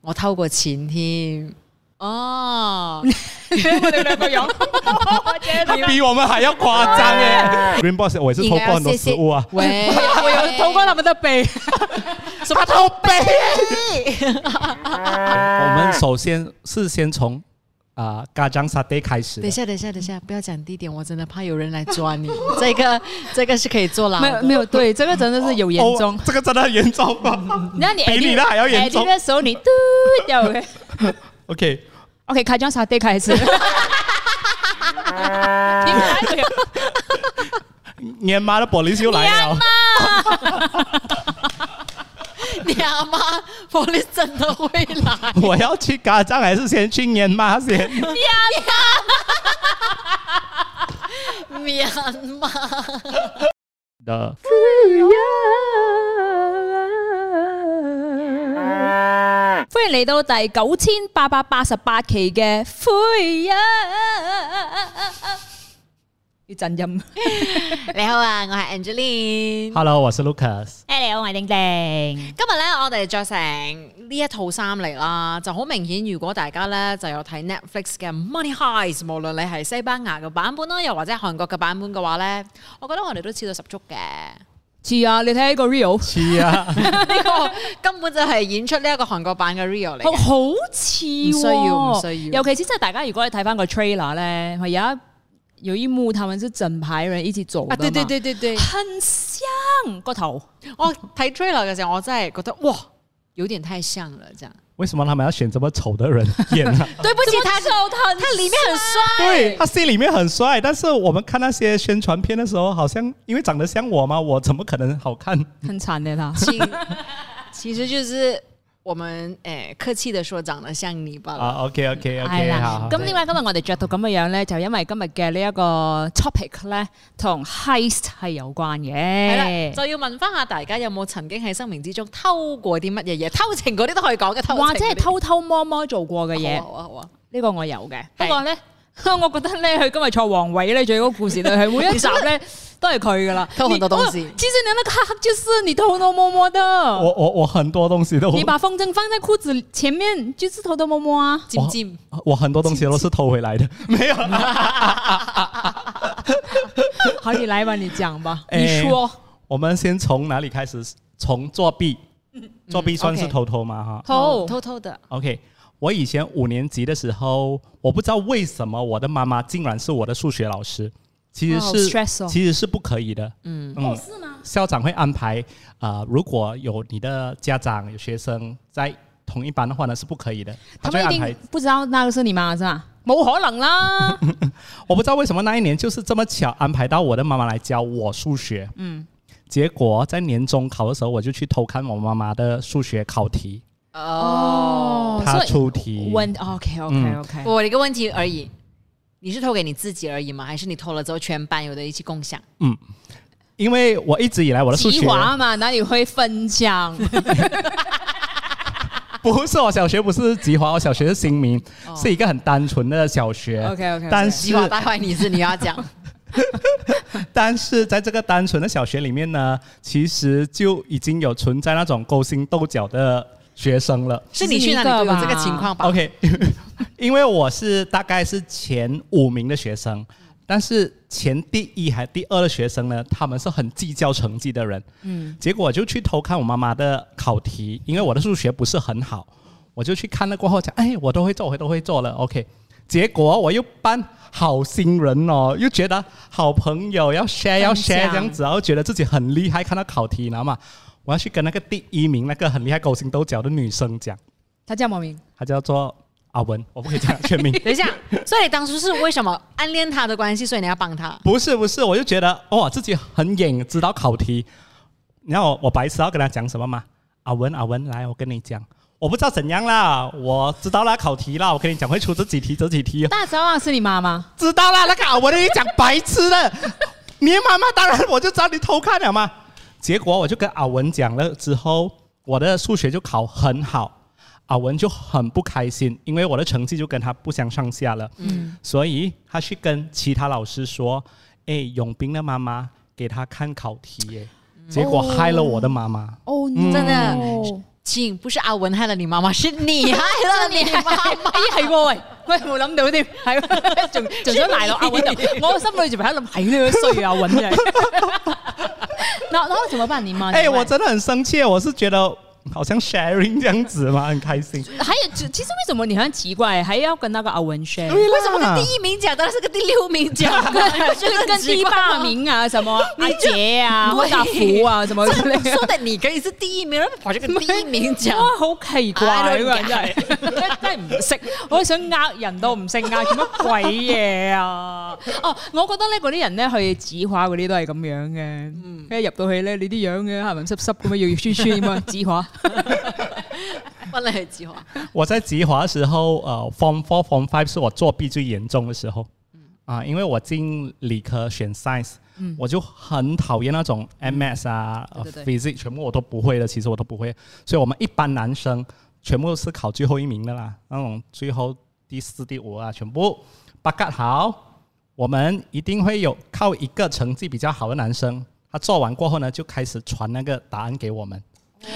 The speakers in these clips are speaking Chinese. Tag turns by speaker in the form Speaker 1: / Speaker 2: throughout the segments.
Speaker 1: 我偷過錢添。
Speaker 2: 哦， 我哋两个有，
Speaker 3: 比我们还要夸张哎！Green Boss，我也是偷过很多食物啊。
Speaker 1: 喂，
Speaker 2: 我有偷过他们的 杯，什么偷杯？
Speaker 3: 我们首先是先从啊嘎张沙爹开始
Speaker 1: 等一
Speaker 3: 的，
Speaker 1: 下，等一下，等一下，不要讲地点，我真的怕有人来抓你。 这个，这个是可以坐牢
Speaker 2: 没有
Speaker 1: 的。
Speaker 2: 没有，啊对，这个真的是有严重
Speaker 3: 哦。这个真的很严重。
Speaker 2: 那你
Speaker 3: 比你的还要严重
Speaker 2: edit 的时候你嘟掉嘅。
Speaker 3: OK，
Speaker 2: OK，开张沙爹开 始。
Speaker 3: 年妈的玻璃就来了，？
Speaker 1: 你阿妈 police 真的会来
Speaker 3: 我要去嘎张还是先去年妈先？
Speaker 1: 缅妈，
Speaker 3: 的
Speaker 2: 欢迎嚟到第九千八百八十八期嘅灰啊！ 要震音。
Speaker 1: 你好啊，我係 Angeline。
Speaker 3: ，Hello，我是 Lucas。
Speaker 2: Hello，我系丁丁。
Speaker 1: 今日咧，我哋着成呢一套衫嚟啦，就好明顯。如果大家咧就有睇 Netflix 嘅 Money Heist，無論你係西班牙嘅版本啦，又或者韓國嘅版本嘅話咧，我覺得我哋都黐到十足嘅。
Speaker 2: 似啊，你睇呢个 Rio，
Speaker 3: 是啊，
Speaker 1: 呢個根本就係演出呢一個韓國版嘅 Rio 嚟
Speaker 2: 好
Speaker 1: 嘅。啊
Speaker 2: 好似喎
Speaker 1: 唔需要唔需要
Speaker 2: 尤其是即系大家如果你睇翻个 trailer 咧，係有一有一幕他们是整排人一起走的
Speaker 1: 啊，
Speaker 2: 嘛
Speaker 1: 對對，對對對，
Speaker 2: 很像个头。
Speaker 1: 我睇 trailer 嘅時候，我真係覺得哇，有點太像了，這樣。
Speaker 3: 为什么他们要选这么丑的人演啊呢、
Speaker 1: 對不起，他
Speaker 2: 怎麼走得很
Speaker 1: 他裡面很帥。
Speaker 3: 对他戏里面很帅，但是我们看那些宣传片的时候，好像因为长得像我嘛，我怎么可能好看？
Speaker 2: 很惨 的他。
Speaker 1: 其其实就是我们诶、呃客气的说长得像你
Speaker 2: 哎
Speaker 1: 罢了。
Speaker 3: 啊，OK OK
Speaker 2: 係
Speaker 3: OK，好
Speaker 2: 啦
Speaker 3: 好，
Speaker 2: 咁點解今日我哋着到咁嘅樣咧？就因為今日嘅呢一個 topic 咧，同 heist 係有關
Speaker 1: 系啦，
Speaker 2: 嘅。
Speaker 1: 就要問翻下大家有冇曾經喺生命之中偷過啲乜嘢嘢？偷情嗰啲都可以講嘅，偷情
Speaker 2: 或者係
Speaker 1: 嗰啲
Speaker 2: 偷偷摸摸做過嘅嘢，
Speaker 1: 好啊好啊好啊！
Speaker 2: 呢個我有嘅。
Speaker 1: 係
Speaker 2: 不過咧， 我覺得咧，佢今日坐王位咧，最嗰個故事咧，係每一集咧都係佢噶啦。
Speaker 1: 偷很多
Speaker 2: 你
Speaker 1: 東西
Speaker 2: 哦其實你那個黑就是你偷偷摸摸的，
Speaker 3: 我我我很多东西都，
Speaker 2: 你把風箏放在褲子前面，就是偷偷摸摸 啊。
Speaker 1: 尖尖
Speaker 3: 我很多东西都是偷回来的，没有啦。
Speaker 2: 好，你來吧，你講 吧，
Speaker 3: 誒
Speaker 2: 你說
Speaker 3: 我们先从哪里开始？从作弊，作弊算
Speaker 2: 嗯
Speaker 3: 是
Speaker 1: OK
Speaker 3: 偷偷吗？哈、
Speaker 2: 偷
Speaker 1: 偷偷的
Speaker 3: o k 我以前五年级的时候，我不知道为什么我的妈妈竟然是我的数学老师，其实
Speaker 2: 哇好
Speaker 3: 是、
Speaker 2: stress 哦
Speaker 3: 其实是不可以的。嗯嗯，
Speaker 2: 是嗎？
Speaker 3: 校长会安排啊、呃如果有你的家长有学生在同一班的话呢，是不可以的。
Speaker 2: 他
Speaker 3: 他就
Speaker 2: 们
Speaker 3: 会
Speaker 2: 一
Speaker 3: 安
Speaker 2: 定
Speaker 3: 排。
Speaker 2: 不知道那个是你妈是吧？冇可能啦，
Speaker 3: 我不知道为什么那一年就是这么巧安排到我的妈妈来教我数学。嗯，结果在年中考的时候，我就去偷看我妈妈的数学考题，
Speaker 1: 哦。
Speaker 2: 哦
Speaker 3: 她
Speaker 2: 所以
Speaker 3: 出题。
Speaker 2: 问 OK OK
Speaker 3: 嗯
Speaker 2: OK，
Speaker 1: 我的一個問題而已，你是偷給你自己而已嗎？還是你偷了之後全班有的一起共享？
Speaker 3: 因为我一直以来我的数
Speaker 2: 吉
Speaker 3: 学啊
Speaker 2: 华嘛，哪里会分 享？
Speaker 3: 不是我小学不是吉华，我小学是新民，
Speaker 1: 哦
Speaker 3: 是一个很单纯的小学。
Speaker 2: OK，OK，OK
Speaker 3: 但
Speaker 1: 计
Speaker 3: 是
Speaker 1: 劃带坏你是你要 講，
Speaker 3: 但是在这个单纯的小学里面呢，其实就已经有存在那种勾心斗角的学生了。
Speaker 1: 是你去哪裡都有這個情況吧。
Speaker 3: OK，因为我是大概是前五名的学生，但是前第一还第二的学生呢，他们是很计较成绩的人。嗯，结果我就去偷看我妈妈的考题，因为我的数学不是很好，我就去看了过后讲，哎，我都会做，我都会做了。OK。结果我又扮好心人哦，又觉得好朋友要 share 要 share 这样子，然后觉得自己很厉害，看到考题，你知道吗？我要去跟那个第一名那个很厉害勾心斗角的女生讲，
Speaker 2: 他叫毛明，
Speaker 3: 她叫做阿文，我不可以讲全名
Speaker 1: 等一下，所以你當初是為什麼暗戀他的關係，所以你要幫他？
Speaker 3: 不是不是，我就觉得哦，自己很硬，知道考题。你道我我白痴要跟他讲什么吗？阿文阿文，来，我跟你讲，我不知道怎样啦，我知道啦，考题啦，我跟你讲会出这几题这几题，哦
Speaker 2: 大早啊是你妈妈，
Speaker 3: 知道啦，那个阿文跟你讲白痴的，你妈妈当然我就知道你偷看了嘛。结果我就跟阿文讲了之后，我的数学就考很好，阿文就很不开心，因为我的成绩就跟他不相上下了。嗯，所以他去跟其他老师说：“哎，永斌的妈妈
Speaker 1: 嗯
Speaker 3: 给他看考题耶。”结果害了我的妈妈。
Speaker 2: 哦，
Speaker 1: 真的亲，不是阿文害了你妈妈，是你害了你妈 妈。
Speaker 2: 咦哎係喎，喂喂冇諗到添，係喎 仲仲想啊賴落阿穩度， 我心裏就喺度係呢個衰阿啊穩真係。 那那為什麼辦？你媽？
Speaker 3: 哎、我真的很生气，我是觉得好像 sharing 这样子嘛，很开心。
Speaker 2: 还有，其其实为什么你很奇怪，还要跟那个阿文 share？
Speaker 3: 对啦
Speaker 1: 为什么跟第一名讲，当然是跟第六名讲 嘛，
Speaker 2: 就跟第八名啊，什么阿杰啊、
Speaker 1: 你
Speaker 2: 或
Speaker 1: 就
Speaker 2: 者阿福啊，什么之类的
Speaker 1: 说。的你可以是第一名，然后跑去跟第一名 讲
Speaker 2: 哇，。好奇怪
Speaker 1: I
Speaker 2: 嗰
Speaker 1: don't
Speaker 2: 個人真係， 真係唔識，我想呃人都唔識呃，做乜鬼嘢啊？哦，我覺得咧嗰啲人咧去指畫嗰啲都係咁樣嘅，跟住入到去咧，你啲樣嘅係咪濕濕咁樣，要酸酸咁啊？ 指畫
Speaker 1: 翻嚟计划，
Speaker 3: 我在吉华的时候，呃，form four、form five 是我作弊最严重的时候。
Speaker 2: 嗯
Speaker 3: 啊，因为我进理科选 science，、我就很讨厌那种 MS 啊、呃
Speaker 2: 嗯对对
Speaker 3: physics 全部我都不会的，其实我都不会。所以我们一般男生全部是考最后一名的啦，那种最后第四、第五啊，全部八嘎好。我们一定会有靠一个成绩比较好的男生，他做完过后呢，就开始传那个答案给我们。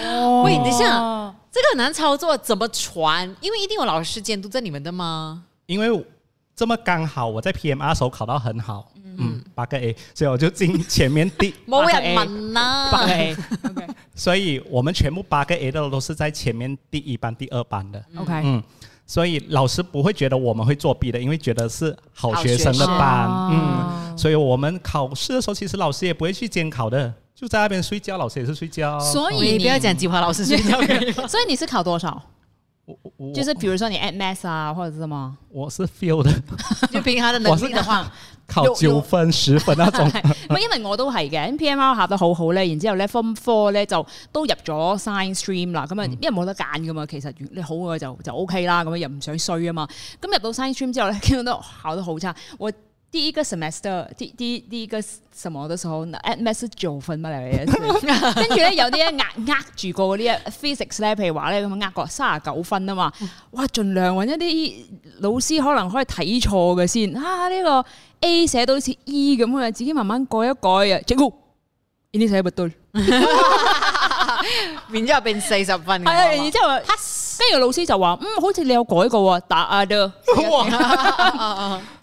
Speaker 2: 哦
Speaker 1: 喂，等一
Speaker 2: 啊
Speaker 1: 下，，这个很难操作，怎么传？因为一定有老师监督着你们的吗？
Speaker 3: 因为这么刚好我在 PMR 时候考到很好，嗯，八个 A，所以我就进前面第，
Speaker 1: 冇人问
Speaker 2: 白
Speaker 1: 啦，
Speaker 2: 你
Speaker 3: 所以我们全部八个 A 的都是在前面第一班、第二班的，
Speaker 2: ，OK，
Speaker 3: 嗯，所以老师不会觉得我们会作弊的，因为觉得是好学生的班，嗯，
Speaker 2: 嗯，
Speaker 3: 所以我们考试的时候，其实老师也不会去监考的，就在那边睡觉，老师也是睡觉，
Speaker 2: 所以
Speaker 1: 你不要讲计划，老师睡觉可以吗？
Speaker 2: 所以你是考多少？
Speaker 3: 我我我
Speaker 2: 就是比如说你 at math 啊，或者是什 么？
Speaker 3: 我是 feel 的，
Speaker 1: 就凭他的能力的话，
Speaker 3: 考九分、十分那种，
Speaker 2: 唔係因為我都係嘅咁，PMR 考得好好咧，然之後咧 Form Four 咧就都入咗 Science Stream 啦，咁啊，因為冇得揀噶嘛，其實你好嘅就就 OK 啦，咁樣又唔想衰啊嘛，咁入到 Science Stream 之後咧，見到考得好差，我第一個 semester 第第第一個什麼嘅時候，at m e s s 九分乜嚟嘅，跟住咧有啲咧壓壓住個嗰啲 physics 咧，譬如話咧咁樣壓過三十九分啊嘛，哇，盡量揾一啲老師可能可以睇錯嘅先，啊呢、個。A 寫到好似 E 咁啊，自己慢慢改一改啊，整好。呢啲寫不對，係
Speaker 1: 然之后变四十分㗎。
Speaker 2: 啊，
Speaker 1: 係嘛
Speaker 2: 然之後，跟住老師就話：嗯，好似你有改過喎，答啊都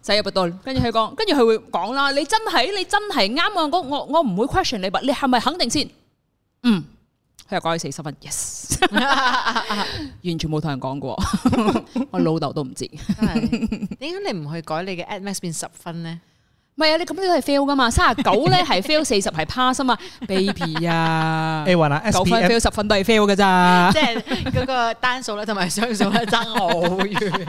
Speaker 2: 寫不對。跟住佢講，跟住佢會講啦，你真係你真係啱啊！我我我唔會 question 你吧，你係咪肯定先？嗯，佢又改咗四十分，yes，完全冇同人講過， 我老豆都唔知。
Speaker 1: 真係點解你唔去改你嘅 at max 變十分咧？
Speaker 2: 唔係啊，你咁你都係 fail 噶嘛，三十九咧係 fail，四十係 pass 啊嘛，baby 啊，
Speaker 3: 哎，我拿
Speaker 2: 九 分
Speaker 3: S P M
Speaker 2: fail 十分都係 fail 噶咋。
Speaker 1: 即係嗰個單數咧同埋雙數咧爭好 遠。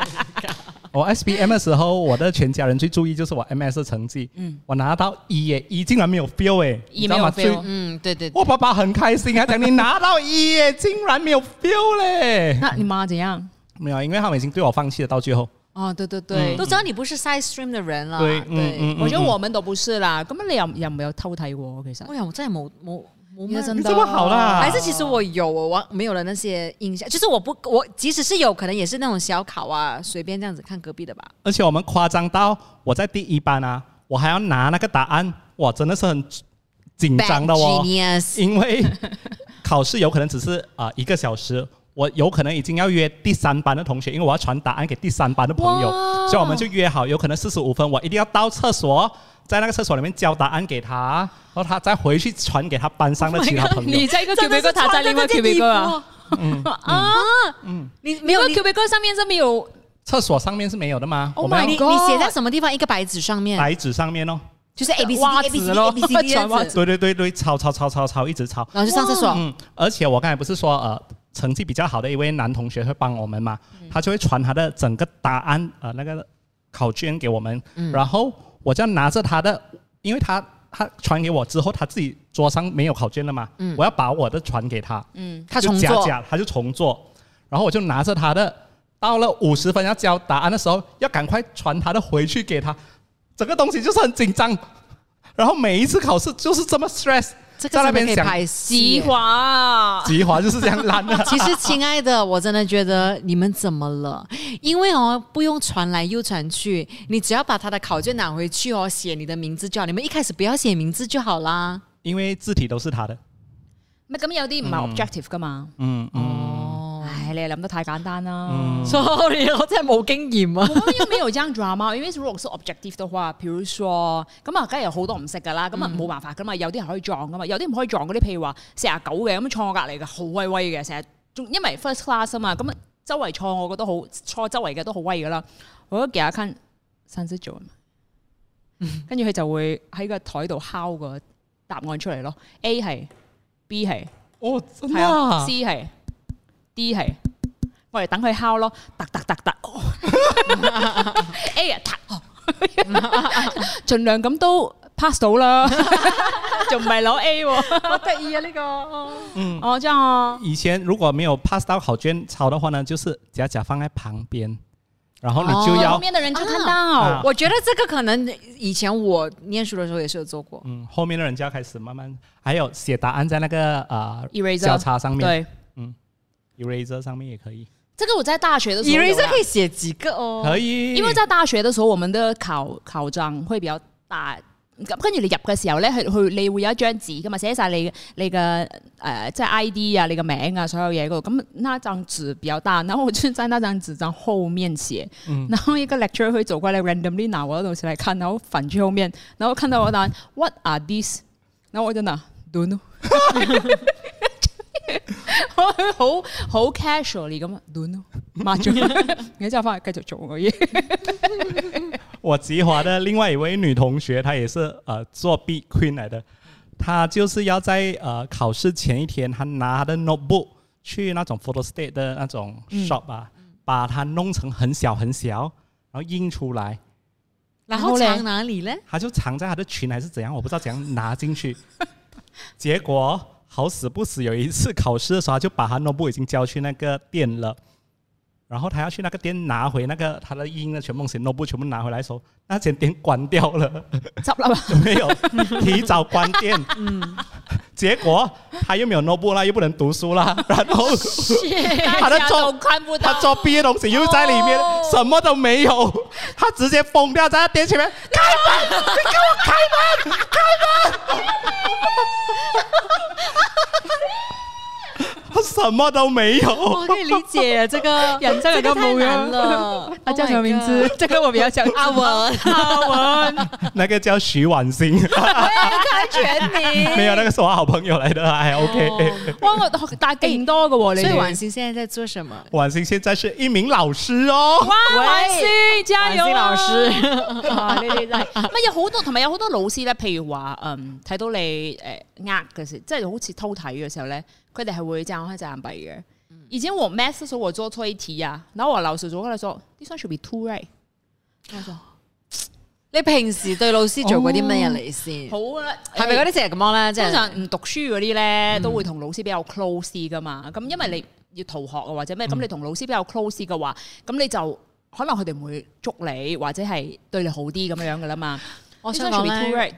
Speaker 3: 我 SBM 的时候，我的全家人最注意就是我 MS 的成绩。嗯，我拿到一耶，一竟然没有 fail 哎，
Speaker 2: 一
Speaker 3: 你知道吗
Speaker 2: 没有 fail
Speaker 3: 最
Speaker 1: 嗯，對對，對
Speaker 3: 我爸爸很开心啊，讲你拿到一耶，竟然没有 fail 嘞。
Speaker 2: 那啊你妈怎样？没
Speaker 3: 没有，因为他们已经对我放弃了，到最后。
Speaker 2: 哦，对对对，
Speaker 1: 都知道你不是 side stream 的人啦。
Speaker 3: 對
Speaker 1: 對
Speaker 3: 嗯嗯
Speaker 2: 啊我觉得我们都不是啦。咁你又又唔有偷睇过？其实
Speaker 1: 哎呀，我真係冇冇冇
Speaker 2: 你
Speaker 1: 乜啊
Speaker 2: 真
Speaker 3: 你这么好啦
Speaker 1: 还是其实我有我忘没有了那些印象，就是我不我即使是有可能也是那种小考啊，随便这样子看隔壁的吧。
Speaker 3: 而且我们夸张到我在第一班啊，我还要拿那个答案，哇，真的是很紧张的
Speaker 1: Bad
Speaker 3: 哦，
Speaker 1: genius，
Speaker 3: 因为考试有可能只是啊、一个小时。我有可能已经要约第三班的同学，因为我要传答案给第三班的朋友，
Speaker 2: 哇
Speaker 3: 所以我们就约好，有可能四十五分，我一定要到厕所，在那个厕所里面交答案给他，然后他再回去传给他班上的其他朋友。
Speaker 2: Oh 你在一个 Q
Speaker 1: 真的
Speaker 2: B 哥
Speaker 1: 是
Speaker 2: 塔在另外 Q B 哥啊？
Speaker 3: 嗯
Speaker 2: 啊，
Speaker 1: 嗯你没
Speaker 2: 没
Speaker 1: 有
Speaker 2: 有
Speaker 1: 你
Speaker 2: Q B 哥上面是没有
Speaker 3: 厕所上面是没有的吗？
Speaker 2: Oh
Speaker 3: 我们
Speaker 2: my
Speaker 1: 你哦
Speaker 3: 要
Speaker 2: God
Speaker 1: 你写在什么地方？一个白纸上面，
Speaker 3: 白纸上面哦。
Speaker 1: 就是 A B C
Speaker 2: 袜
Speaker 1: D A
Speaker 2: 子
Speaker 1: B C D
Speaker 2: 咯
Speaker 1: A B C D 这样
Speaker 2: 穿袜
Speaker 1: 子，
Speaker 3: 对对对对，抄抄抄抄抄，一直抄。
Speaker 1: 然后就上厕所。
Speaker 3: 嗯，而且我刚才不是说呃，成绩比较好的一位男同学会帮我们嘛，
Speaker 1: 嗯
Speaker 3: 他就会传他的整个答案呃那个考卷给我们，
Speaker 1: 嗯
Speaker 3: 然后我就拿着他的，因为他他传给我之后，他自己桌上没有考卷了嘛，我要把我的传给他，
Speaker 2: 嗯
Speaker 1: 嗯他
Speaker 3: 就
Speaker 1: 重
Speaker 3: 假
Speaker 1: 做，
Speaker 3: 假他就重做，然后我就拿着他的，到了五十分要交答案的时候，要赶快传他的回去给他，整个东西就是很紧张，然后每一次考试就是这么 stress，
Speaker 1: 这个
Speaker 3: 在那
Speaker 1: 真的
Speaker 3: 边
Speaker 1: 可以
Speaker 3: 想
Speaker 1: 拍戏
Speaker 2: 计。划？
Speaker 3: 吉华就是这样烂的。
Speaker 1: 其实，亲爱的，我真的觉得你们怎么了？因为哦，不用传来又传去，你只要把他的考卷拿回去哦，写你的名字就好。你们一开始不要写名字就好啦。
Speaker 3: 因为字体都是他的。
Speaker 2: 咪咁有啲唔系 objective 噶嘛？
Speaker 3: 嗯嗯嗯，
Speaker 1: 哦
Speaker 3: 嗯
Speaker 2: 唉，你谂得太簡單啦。
Speaker 1: Sorry，我真係冇經驗啊。
Speaker 2: 我们又没有这样 drama，因为如果是 objective 的話，譬如說咁啊，梗係有好多唔識噶啦，咁啊冇辦法噶嘛，有啲人可以撞噶嘛，有啲唔可以撞嗰啲，譬如話四廿九嘅咁啊坐我隔離嘅，好威威嘅，成日仲因為 first class 啊嘛，咁啊周圍坐我覺得好坐周圍嘅都好威噶啦，我都幾下近新識做啊嘛，跟住佢就會喺個台度敲個答案出嚟咯，A 係 B 係。
Speaker 3: 哦，真
Speaker 2: 系啊，C 系，D 系，我哋等佢敲咯，突突突突 ，A 啊，突，尽量咁都 pass 到啦， 仲唔係攞 A 喎？
Speaker 1: 好得意啊呢個。
Speaker 2: 哦，这樣啊，
Speaker 3: 以前如果没有 pass 到考卷抄的话呢，就是假假放在旁边，然后你就
Speaker 2: 哦
Speaker 3: 要、
Speaker 2: 后面的人就看
Speaker 3: 啊
Speaker 2: 到，
Speaker 1: 哦我覺得這個可能以前我念書的時候也是有做過。
Speaker 3: 嗯，后面的人就要开始慢慢，还有写答案在那个呃
Speaker 2: Eraser
Speaker 3: 交叉上面
Speaker 2: 对，
Speaker 3: ，eraser 上面也可以，
Speaker 2: 这個我在大學的時候有啊
Speaker 1: Eraser 可以寫幾個哦？
Speaker 3: 可以，
Speaker 2: 因為在大學的時候，我們的考考證會比較大。咁跟住你入嘅時候咧，佢佢你會有一張紙噶嘛，寫晒你你嘅誒、呃即係 ID 啊、你嘅名啊、所有嘢嗰度。咁那張紙比較大，然後我就在那張紙張後面寫，然後一個 lecturer 會走過來 randomly 拿我的東西來看，然後反去後面，然後看到我答案 What are these？然後我就拿 Don't know，我好好 casually 咁啊 Don't know，抹咗， 然後之後翻去繼續做我嘢。
Speaker 3: 我吉华的另外一位女同学，她也是呃作弊 queen 来的，她就是要在呃考试前一天，她拿她的 notebook 去那种 photo state 的那种 shop 啊，把它弄成很小很小，然后印出来，
Speaker 1: 然
Speaker 2: 然後
Speaker 1: 後
Speaker 2: 呢
Speaker 1: 藏哪裡 呢？
Speaker 3: 她就藏在她的裙还是怎样，我不知道怎样拿进去，结果。好死不死，有一次考试的时候，她就把她 notebook 已经交去那个店了，然后她要去那个店拿回那个她的印的全部东西 notebook 全部拿回来的时候，那间店关掉了。
Speaker 2: 執笠啊！
Speaker 3: 没 有提早关店，
Speaker 2: 嗯
Speaker 3: 结果他又没有 n o t e 啦，又不能读 书啦，然后他的作
Speaker 2: 看不
Speaker 3: 他作弊的东西又在里面，
Speaker 2: 哦
Speaker 3: 什么都没有，他直接疯掉，在他店前面开门，你给我开门，开门，他 什么都没 有，
Speaker 1: 我可以理解啊，这个
Speaker 2: 人生有
Speaker 1: 这个
Speaker 2: 个
Speaker 1: 太
Speaker 2: 模
Speaker 1: 难
Speaker 2: 样
Speaker 1: 了。
Speaker 2: 他
Speaker 1: Oh
Speaker 2: 叫
Speaker 1: my
Speaker 2: 什么名字
Speaker 1: god？？
Speaker 2: 这个我比较想知道
Speaker 1: 阿文，
Speaker 2: 阿文，
Speaker 3: 那个叫徐 婉欣，
Speaker 2: 哎
Speaker 1: 他哎全名
Speaker 3: 没有，那个是我好朋友来的，还 OK。
Speaker 2: 哦哇！我學但係勁多嘅喎，你
Speaker 1: 所以
Speaker 2: 哋
Speaker 1: 婉欣現在在做什麼？
Speaker 3: 婉欣现在是一名老师哦，
Speaker 2: 哇！婉欣加油啊，
Speaker 1: 婉欣
Speaker 2: 啊！你哋真係乜有好多，同埋有好多老師咧，譬如話嗯，睇到你誒呃嘅時，即係好似偷睇嘅時候咧，佢哋係會睜開隻眼閉嘅。以前我 math 的時候我做錯一題啊，然後我老師就跟佢說，this one should be two right。我就
Speaker 1: 你平時對老師做過啲乜嘢嚟先？
Speaker 2: 好啦，
Speaker 1: 係咪嗰啲成日咁樣咧？即
Speaker 2: 哦通
Speaker 1: 係
Speaker 2: 常唔讀書嗰啲咧，都會同老師比較 close 啲噶嘛。咁因為你要逃學啊，或者咩，咁你同老師比較 close 啲嘅話，咁你就可能佢哋唔會捉你，或者係對你好啲咁樣噶啦嘛。
Speaker 1: 我
Speaker 2: 呢
Speaker 1: 想
Speaker 2: 張
Speaker 1: 講
Speaker 2: should be too
Speaker 1: 咧，
Speaker 2: right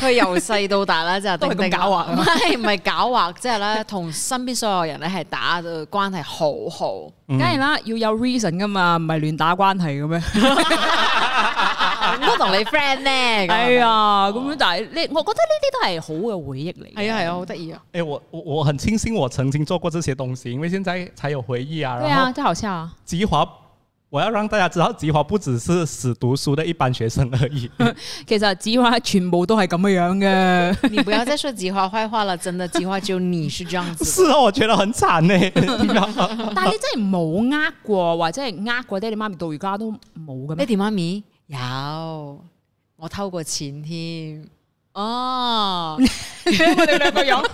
Speaker 1: 佢由細到大咧就係
Speaker 2: 都係咁
Speaker 1: 定定
Speaker 2: 狡猾啊
Speaker 1: 唔係唔係狡猾，即係咧同身邊所有人咧係打到關係好好。
Speaker 2: 梗係啦，要有 reason 噶嘛，唔係亂打關嗯係啊嘅咩？
Speaker 1: 咁都同你 friend 咧，
Speaker 2: 係啊，咁樣但係呢，我覺得呢啲都係好嘅回憶嚟嘅。
Speaker 1: 係啊係啊，好得意啊！
Speaker 3: 哎，我我我很庆幸我曾经做过这些东西，因为现在才有回忆啊。
Speaker 2: 對
Speaker 3: 然
Speaker 2: 啊，
Speaker 3: 后
Speaker 2: 真係好笑啊！
Speaker 3: 吉华，我要让大家知道，吉华不只是死读书的一般学生而已。
Speaker 2: 其實子華全部都係咁樣樣 嘅。
Speaker 1: 你不要再說吉華壞話了，真的吉華只有你是這樣子的。
Speaker 3: 是啊，我觉得很惨呢、
Speaker 2: 但係你真係冇呃過，或者係呃過爹哋媽咪，到而家都冇
Speaker 1: 你
Speaker 2: 嘅咩？
Speaker 1: 哋媽咪有，我偷過錢添。 哦，
Speaker 2: 我哋兩個樣。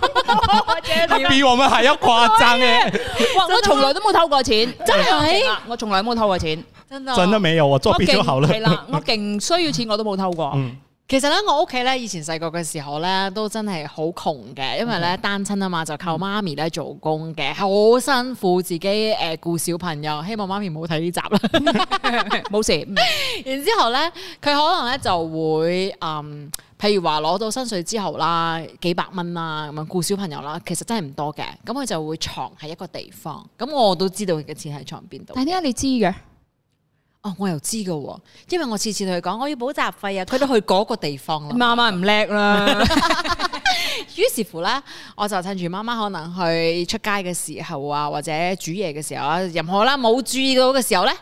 Speaker 3: 他比我们还要夸张哎、
Speaker 2: 哇！我從來都冇偷過錢，真哎
Speaker 1: 係，
Speaker 2: 我從來冇偷過錢，
Speaker 1: 真的哦
Speaker 3: 真的。沒有，我作弊就好了
Speaker 2: 我。勁係啦，我勁需要錢我都冇偷過。
Speaker 3: 嗯，
Speaker 1: 其實咧，我屋企咧以前細個嘅時候咧，都真係好窮嘅，因為咧單親啊嘛，就靠媽咪咧做工嘅，好辛苦自己誒顧小朋友。希望媽咪唔好睇呢集啦。
Speaker 2: 冇事，嗯
Speaker 1: 然之後咧，佢可能咧就會嗯，譬如話攞到薪水之後啦，幾百蚊啦，咁樣顧小朋友啦，其實真係唔多嘅。咁佢就會藏喺一個地方。咁我都知道佢嘅錢喺藏邊度。
Speaker 2: 但係點解你知嘅？
Speaker 1: 哦，我又知嘅喎，因為我次次同佢講我要補習費啊，佢都去嗰個地方啦。
Speaker 2: 媽媽唔叻啦，
Speaker 1: 於是乎咧，我就趁住媽媽可能去出街嘅時候啊，或者煮嘢嘅時候啊，任何啦冇注意到嘅時候咧，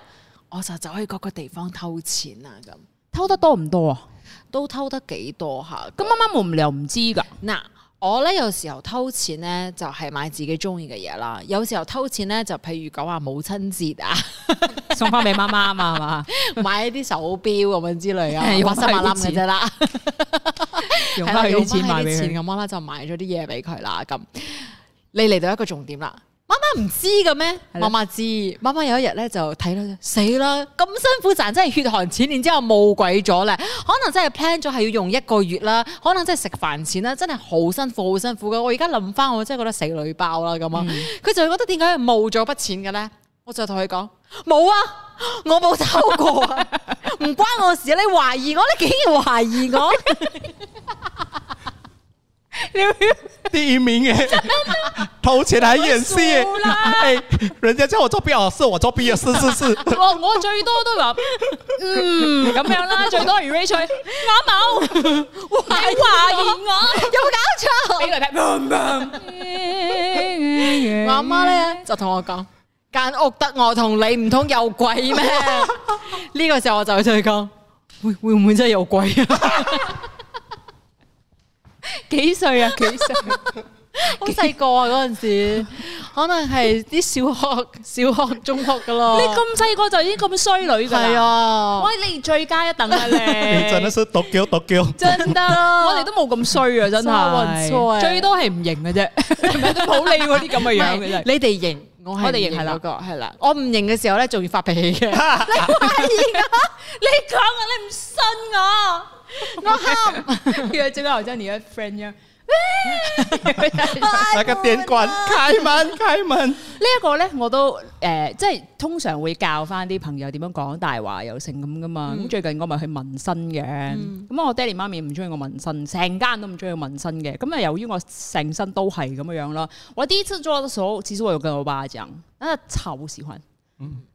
Speaker 1: 我就走去各個地方偷錢啊，咁
Speaker 2: 偷得多唔多啊？
Speaker 1: 都偷得幾多下㗎。
Speaker 2: 咁媽媽無聊唔知㗎，
Speaker 1: 嗱，我咧有時候偷錢咧就係、買自己中意嘅嘢啦，有時候偷錢咧就譬如講話母親節啊，
Speaker 2: 送翻俾媽媽啊嘛，係嘛？，
Speaker 1: 買一啲手錶咁樣之類啊
Speaker 2: 用
Speaker 1: 八
Speaker 2: 返
Speaker 1: 十
Speaker 2: 佢
Speaker 1: 萬
Speaker 2: 啲
Speaker 1: 冧嘅啫啦，係啦，用翻佢啲
Speaker 2: 用翻佢啲錢買俾
Speaker 1: 錢
Speaker 2: 佢。
Speaker 1: 咁樣啦，就買咗啲嘢俾佢啦。咁你嚟到一個重點啦。媽媽唔知嘅咩？
Speaker 2: 係
Speaker 1: 媽
Speaker 2: 啦
Speaker 1: 媽知，媽媽有一日咧就睇到死啦，咁辛苦賺真係血汗錢，然之後冇鬼咗咧，可能真係 plan 咗係要用一個月啦，可能真係食飯錢啦，真係好辛苦，好辛苦嘅。我而家諗翻，我真係覺得死女包啦咁啊！
Speaker 2: 嗯
Speaker 1: 佢、就會覺得點解冇咗筆錢嘅咧？我就同佢講冇啊，我冇偷過啊，唔關我事啊！你懷疑我，你竟然懷疑我？
Speaker 3: 第一名哎、 偷钱还演戏哎、
Speaker 2: 我输啦
Speaker 3: 哎、人家叫我作弊哦，是我作弊啊，是是是，
Speaker 2: 我我最多都話嗯咁 樣啦，最多 erase 佢媽冇， 你懷疑我
Speaker 1: 有冇搞錯？
Speaker 2: 俾 雷劈砰砰
Speaker 1: 我阿媽咧就同我講：間屋得我同你，唔通有鬼咩？ 呢個時候我就對佢講：會會唔會真係有鬼 啊？
Speaker 2: 幾歲啊？幾 歲？
Speaker 1: 好細個啊嗰陣時，可能係啲小學、小學、中學噶咯。
Speaker 2: 你咁細個就已經咁衰女㗎
Speaker 1: 係
Speaker 2: 啦！
Speaker 1: 啊？
Speaker 2: 喂，你最佳一等 啊你！
Speaker 3: 你 真的是 Tokyo Tokyo，
Speaker 1: 真 得咯
Speaker 2: 我哋都冇咁衰啊，真
Speaker 1: 衰
Speaker 2: 係
Speaker 1: 喎唔錯啊
Speaker 2: 最多係唔型 嘅啫，冇理嗰啲咁嘅樣嘅
Speaker 1: 唔係
Speaker 2: 啫。
Speaker 1: 你哋認，我係
Speaker 2: 我哋認係
Speaker 1: 係
Speaker 2: 啦
Speaker 1: 嗰個係啦。我唔認嘅時候咧，仲要發脾氣 嘅。
Speaker 2: 你講啊，你唔信我，我喊。佢最好像你嘅 friend 一樣。呢
Speaker 3: 那个电管开门开门，
Speaker 2: 一個咧，我都誒、呃即係通常會教翻啲朋友點樣講大話又成咁噶嘛。咁、最近我咪去紋身嘅，咁、我爹哋媽咪唔中意我紋身，成間都唔中意我紋身嘅。咁啊，由於我成身都係咁樣樣啦，我第一次做的時候，其實我有跟我爸講，那超喜歡。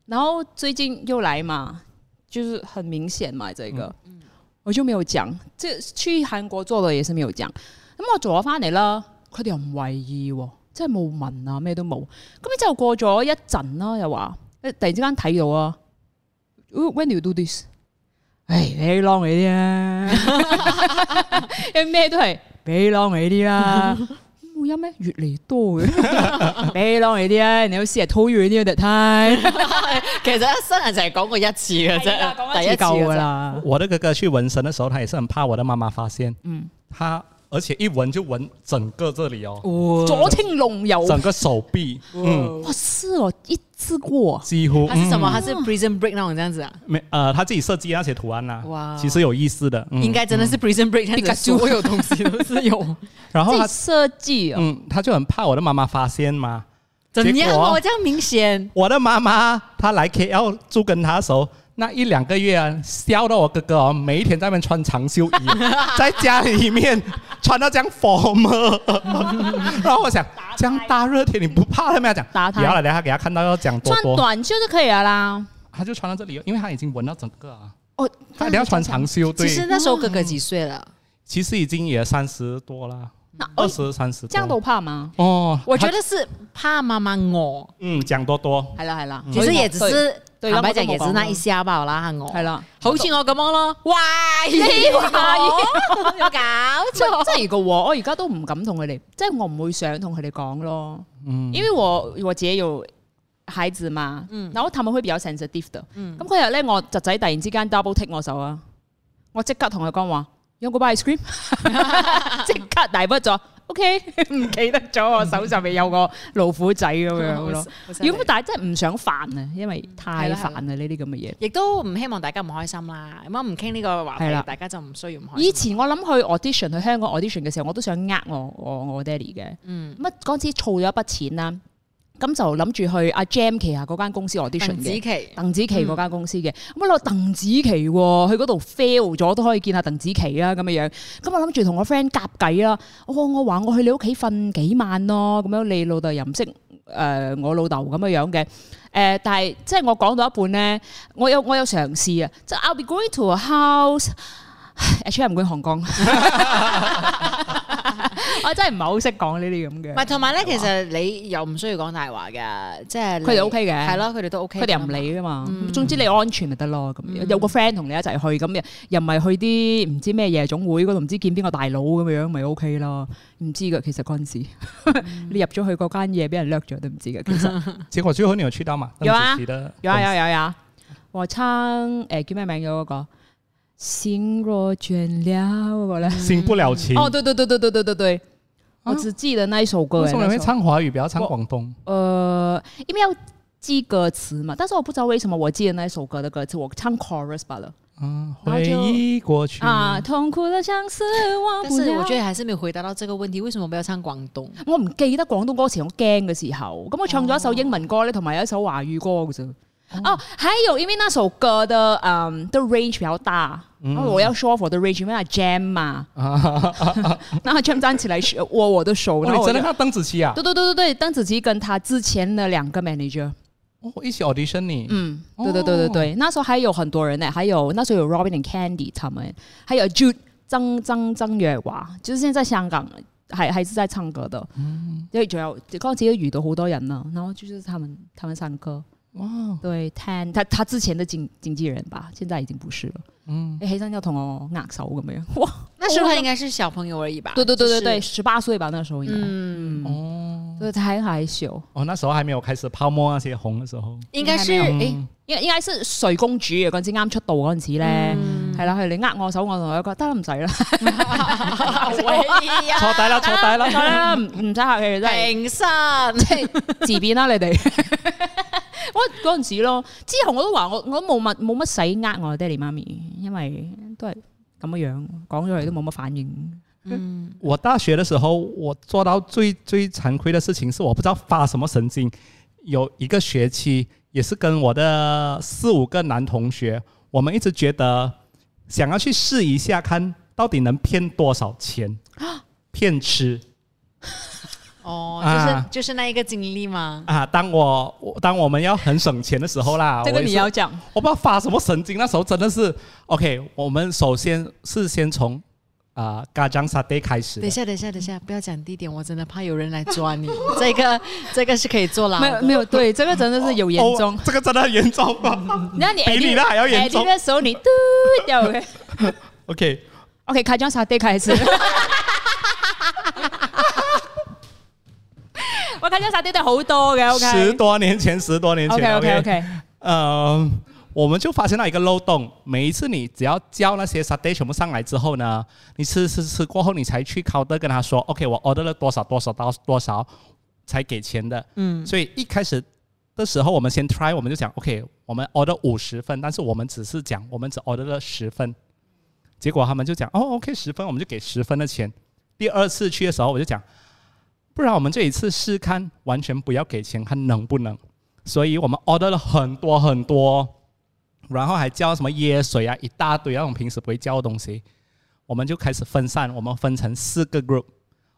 Speaker 2: 然後最近又來嘛，就是很明顯嘛，這個、我就沒有講，即係去韓國做嘅也是沒有講。咁我做咗翻嚟啦，佢哋又唔為意喎，即係冇問啊，咩都冇。咁之後過咗一陣啦，又話誒突然之間睇到啊，Oh, when do you do this？唉，俾 long 你啲啊， 因為咩都係俾 long 你啲啦。冇音咩？越嚟越多 嘅，俾 long 你啲啊！你好似係拖遠啲嘅 time，
Speaker 1: 其實一生人就係講過一次嘅
Speaker 2: 係啦講
Speaker 1: 啫，第
Speaker 2: 一
Speaker 1: 一次
Speaker 2: 夠
Speaker 1: 㗎
Speaker 2: 㗎
Speaker 1: 啦。
Speaker 2: 啦。
Speaker 3: 我的哥哥去纹身的时候，他也是很怕我的妈妈发现，嗯，他而且一纹就纹整个这里哦，
Speaker 1: 啊
Speaker 2: 左青龍右，
Speaker 3: 整个手臂，嗯，
Speaker 2: 哇，是哦，一次過。啊
Speaker 3: 几乎，
Speaker 1: 他是什么？
Speaker 3: 嗯
Speaker 1: 他是 prison break 那種這樣子啊？
Speaker 3: 没呃，他自己设计那些图案啦，
Speaker 1: 哇
Speaker 3: 其实有意思的，嗯
Speaker 1: 應該真的是 prison break 這樣子，所有東西都是有。
Speaker 3: 然后他
Speaker 2: 自己設計啊，
Speaker 3: 嗯，他就很怕我的妈妈发现嘛，
Speaker 1: 哦怎
Speaker 3: 结
Speaker 1: 樣
Speaker 3: 果哦
Speaker 1: 啊？我這樣明顯。
Speaker 3: 我的妈妈她来 KL 住跟她的时候，那一两个月啊，笑到我哥哥哦，每一天在那边穿长袖 衣，在家里面穿到这样 formal，然后我想，这样大热天你不怕他们讲？
Speaker 2: 打他
Speaker 3: 不要了，等一下给他看到要讲多
Speaker 2: 穿
Speaker 3: 多，
Speaker 2: 短袖就可以了啦。
Speaker 3: 他就穿到这里，哦因为他已经闻到整个啊，
Speaker 2: 哦，
Speaker 3: 他一定要穿长袖，
Speaker 1: 其
Speaker 3: 对，
Speaker 1: 實那時候哥哥幾歲了？
Speaker 3: 其实已经也三十多啦，
Speaker 2: 那
Speaker 3: 二
Speaker 2: 哦，
Speaker 3: 十三十
Speaker 2: 这样都
Speaker 3: 多，
Speaker 2: 怕吗？
Speaker 3: 哦，
Speaker 1: 我
Speaker 3: 他
Speaker 1: 覺得是怕媽媽餓，
Speaker 3: 嗯讲多多，
Speaker 2: 系啦系啦，
Speaker 1: 嗯其實也只是
Speaker 2: 對
Speaker 1: 坦白
Speaker 2: 對
Speaker 1: 講，也只是那一下吧啦，我
Speaker 2: 係啦
Speaker 1: 好似我咁樣咯。哇！你
Speaker 2: 懷疑
Speaker 1: 我有搞 錯？
Speaker 2: 真系噶喎，我而家都唔敢同佢哋，即係我唔會想同佢哋講咯，
Speaker 3: 嗯
Speaker 2: 因為我我自己有孩子嘛，
Speaker 1: 嗯
Speaker 2: 嗱我氹佢會比較 sensitive 的，咁嗰日咧我侄仔突然之間 double take 我手啊，我即刻同佢講話有個 ice cream，即 刻大筆咗，OK 唔記得咗我手上面有個老虎仔咁樣咯。如果但係真係唔想煩啊，因為太
Speaker 1: 哦係啦係
Speaker 2: 煩
Speaker 1: 啦
Speaker 2: 啊呢啲咁嘅嘢。
Speaker 1: 亦都唔希望大家唔開心啦。咁啊，唔傾呢個話
Speaker 2: 係
Speaker 1: 題
Speaker 2: 啦，
Speaker 1: 大家就唔需要唔開心。啊
Speaker 2: 以前我諗去 audition 去香港 audition 嘅時候，我都想呃我我我爹哋嘅。嗯，咁啊嗰陣時儲咗一筆錢啦，咁就諗住去阿 Jam 旗下嗰間公司 audition
Speaker 1: 鄧紫
Speaker 2: 嘅。
Speaker 1: 棋
Speaker 2: 鄧紫棋嗰間公司嘅，咁我諗鄧紫棋喎，去嗰度 fail 咗都可以見下鄧紫棋啦咁嘅樣。咁我諗住同我 friend 夾計啦，我我話我去你屋企瞓幾晚咯，咁樣你老豆又唔識呃我老豆咁嘅樣嘅。誒、但係即係我講到一半咧，我有我有嘗試啊，即係 I'll be going to a house。Actually，I'm going Hong Kong。我真係唔係好識講呢啲咁嘅。
Speaker 1: 唔係，同埋咧，其實你又唔需要講大話嘅，即係
Speaker 2: 佢哋 OK 嘅
Speaker 1: 係咯，佢哋都 OK，
Speaker 2: 佢哋又唔理噶嘛。總之你安全咪得咯。咁樣有個 friend 同你一齊去，咁又又唔係去啲唔知咩夜總會嗰度，唔知見邊個大佬咁樣，咪 OK 咯。唔知噶，其實嗰陣時 你入咗去嗰間嘢，俾人掠咗都唔知噶。其實
Speaker 3: 结果最后你有去到嘛？
Speaker 2: 有啊
Speaker 3: 邓紫棋的
Speaker 2: 有啊
Speaker 3: 公
Speaker 2: 有
Speaker 3: 司
Speaker 2: 啊有啊有啊，和昌誒叫咩名咗嗰個？心若倦了嗰個咧。
Speaker 3: 新不了情。
Speaker 2: 哦，對對對對對對對對，我只記得那一首歌。
Speaker 3: 为什么你
Speaker 2: 那
Speaker 3: 会
Speaker 2: 首
Speaker 3: 唱华语，不要唱广东？
Speaker 2: 呃，因为要记歌词嘛，但是我不知道为什么我记得那首歌的歌词，我唱 chorus 罢了。
Speaker 3: 嗯，
Speaker 2: 然后
Speaker 3: 回
Speaker 2: 就
Speaker 3: 忆过去
Speaker 2: 啊，痛苦的相思忘
Speaker 1: 但
Speaker 2: 不
Speaker 1: 是
Speaker 2: 了。
Speaker 1: 我覺得還是沒有回答到這個問題，為什麼不要唱廣東？
Speaker 2: 我唔記得廣東歌詞，我驚嘅時候，咁我唱咗一首英文歌咧，同埋有一首華語歌嘅啫。哦，還有因為那首歌的嗯的 range 比較大，然後我要 short for the range，因為係 jam 嘛，然後 jam 站起來握我的手，
Speaker 3: 哦
Speaker 2: 然後
Speaker 3: 你
Speaker 2: 我
Speaker 3: 真
Speaker 2: 就
Speaker 3: 的看到邓紫棋啊？
Speaker 2: 對對對對對，鄧紫棋跟他之前的兩個 manager。
Speaker 3: 哦一起 audition 你，
Speaker 2: 嗯，对对对对对，那时候还有很多人呢，还有那时候有 Robin and Candy 他们，还有 Jude 曾曾曾若華，就是現在香港還還是在唱歌的，因為仲有嗰陣時都遇到好多人啦，然後就是他們他們唱歌，哇，對 Tan 他他之前的經經紀人吧，現在已經不是了，嗯，起身又同我握手咁樣，哇，
Speaker 1: 那時候應該是小朋友而已吧？
Speaker 2: 對對對對對，
Speaker 1: 就是，
Speaker 2: 十八歲吧那時候應該，
Speaker 1: 嗯，
Speaker 2: 對，太害羞，
Speaker 3: 哦，那时候还没有开始泡沫那些紅的时候，嗯
Speaker 1: 應該是
Speaker 2: 應該
Speaker 1: 誒。
Speaker 2: 應應該是睡公主啊嗰陣時啱出道嗰陣時咧。係啦，係你握我手，我同佢講得啦，唔使啦，
Speaker 1: 哎 喂呀
Speaker 3: 錯底啦，錯底啦。
Speaker 2: 得啦， 唔唔使客氣，真係
Speaker 1: 平 身，
Speaker 2: 自便啦，你哋。 我嗰陣時咯，之後我都話我我都冇乜冇乜使呃我爹哋媽咪，因為都係咁嘅樣，講咗嚟都冇乜反應。
Speaker 3: 我大学的时候，我做到最最惭愧的事情是，我不知道发什么神经，有一个学期也是跟我的四五个男同学，我们一直觉得想要去试一下，看到底能骗多少钱，
Speaker 2: 啊
Speaker 3: 骗吃
Speaker 1: 哦，
Speaker 3: 啊
Speaker 1: 就是就是那一个经历嘛。
Speaker 3: 啊！当我我当我们要很省钱的时 候啦，啊我也是
Speaker 2: 講，
Speaker 3: 我不知道发什么神经，那时候真的是 OK。我们首先是先从啊嘎张沙爹开始啊
Speaker 1: 等
Speaker 3: 的
Speaker 1: 一，下，等一下，等一下，不要讲地点，我真的怕有人来抓你。 这个这个是可以做牢
Speaker 2: 沒有
Speaker 1: 的。
Speaker 2: 沒有，對，這個真的是有嚴重
Speaker 3: 哦。这个真的很严重 吧
Speaker 2: 那你
Speaker 3: 比你的還要嚴重
Speaker 2: edit 的時候你嘟掉嘅。
Speaker 3: ？OK，
Speaker 2: OK，開張沙地開始。 我開張沙地都好多嘅，OK。
Speaker 3: 十多年前，十多年前
Speaker 2: OK OK OK，
Speaker 3: 呃，我们就发现到一个漏洞，每一次你只要叫那些沙爹全部上来之后呢，你吃吃吃过后，你才去 counter 跟他说，OK，我 order 了多少多少到多少才给钱的。嗯，所以一开始的时候，我们先 try，我们就讲，OK，我们 order 五十份，但是我们只是讲，我们只 order 了十份。结果他们就讲，哦，OK，十分，我们就给十分的钱。第二次去的时候，我就讲，不然我们这一次试看，完全不要给钱，看能不能。所以我们 order 了很多很多，然后还叫什么椰水啊，一大堆那种平时不会叫的东西。我们就开始分散，我们分成四个 group。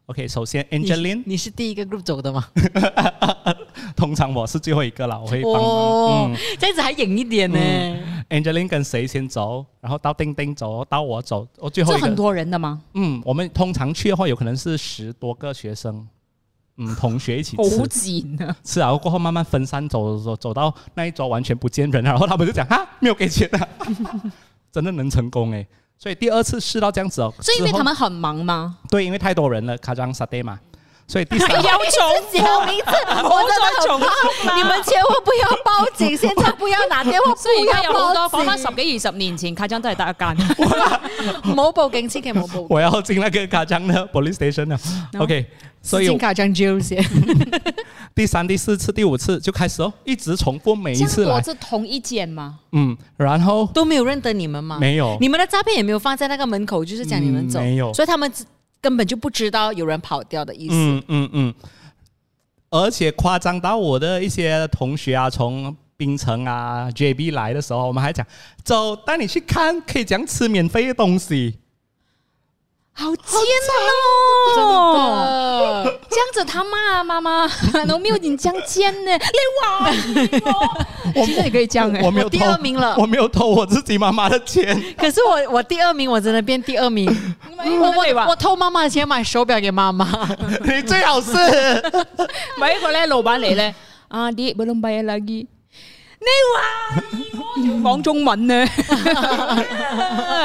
Speaker 3: OK，首先 Angeline，
Speaker 1: 你是第一个 group 走的吗？
Speaker 3: 通常我是最后一个啦，我会帮忙。
Speaker 1: 哦
Speaker 3: 嗯，
Speaker 1: 这样子还硬一点呢。
Speaker 3: Angeline 跟谁先走，然后到丁丁走，到我走，我最后
Speaker 2: 这
Speaker 3: 一个
Speaker 2: 很。多人的嘛，
Speaker 3: 嗯，我们通常去的话，有可能是十多个学生，嗯，同学一起
Speaker 2: 好
Speaker 3: 吃
Speaker 2: 賤啊！
Speaker 3: 吃了过后慢慢分散走走走走到那一桌完全不见人了，然后他们就讲哈没有给钱啊， 真的能成功哎、所以第二次试到这样子哦，
Speaker 2: 所以因為
Speaker 3: 之后
Speaker 2: 他們很忙嘛，
Speaker 3: 对，因为太多人了，卡张沙爹嘛，所以 第三
Speaker 2: 有哎重啊
Speaker 4: 小名字， 我真的很怕，你们千万不要报警，现在不要拿电话，
Speaker 2: 啊所以而家有好
Speaker 4: 不要
Speaker 2: 多
Speaker 4: 报
Speaker 2: 講翻
Speaker 4: 警
Speaker 2: 十，幾二十年 前，卡張都係得一間。
Speaker 1: 唔好嗯報警，千祈唔好報警。
Speaker 3: 我要进那个卡张的 police station 了、o k 所以
Speaker 1: 先搞张 j 先。
Speaker 3: 第三、第四次、第五次就开始哦，一直重复每一次
Speaker 2: 這樣
Speaker 3: 啊
Speaker 2: 多
Speaker 3: 来，
Speaker 2: 是同一間嘛？
Speaker 3: 嗯，然后
Speaker 1: 都没有认得你们吗？
Speaker 3: 没有
Speaker 1: 你们的诈骗也没有放在那个门口，就是讲你们走，
Speaker 3: 嗯没有
Speaker 1: 所以他们只根本就不知道有人跑掉的意思。
Speaker 3: 嗯嗯嗯，而且夸张到我的一些同学啊，从槟城啊、JB 来的时候，我们还讲走，带你去看可以怎样吃免费的东西。
Speaker 2: 好啊贱哦！这样子他骂妈妈，农民你这样贱呢？你玩我，其实你可以这样哎
Speaker 3: 我。没有
Speaker 1: 我
Speaker 3: 偷
Speaker 1: 第二名了
Speaker 3: 我没有偷我自己妈妈的 钱。
Speaker 1: 可是我我第二名，我真的变第二名。
Speaker 2: 哎
Speaker 1: 我我我偷妈妈的钱买手表给妈妈，
Speaker 3: 你最好是
Speaker 2: 咪一個咧，老闆嚟咧，啊啲不弄拜啦啲，你話我講中文呢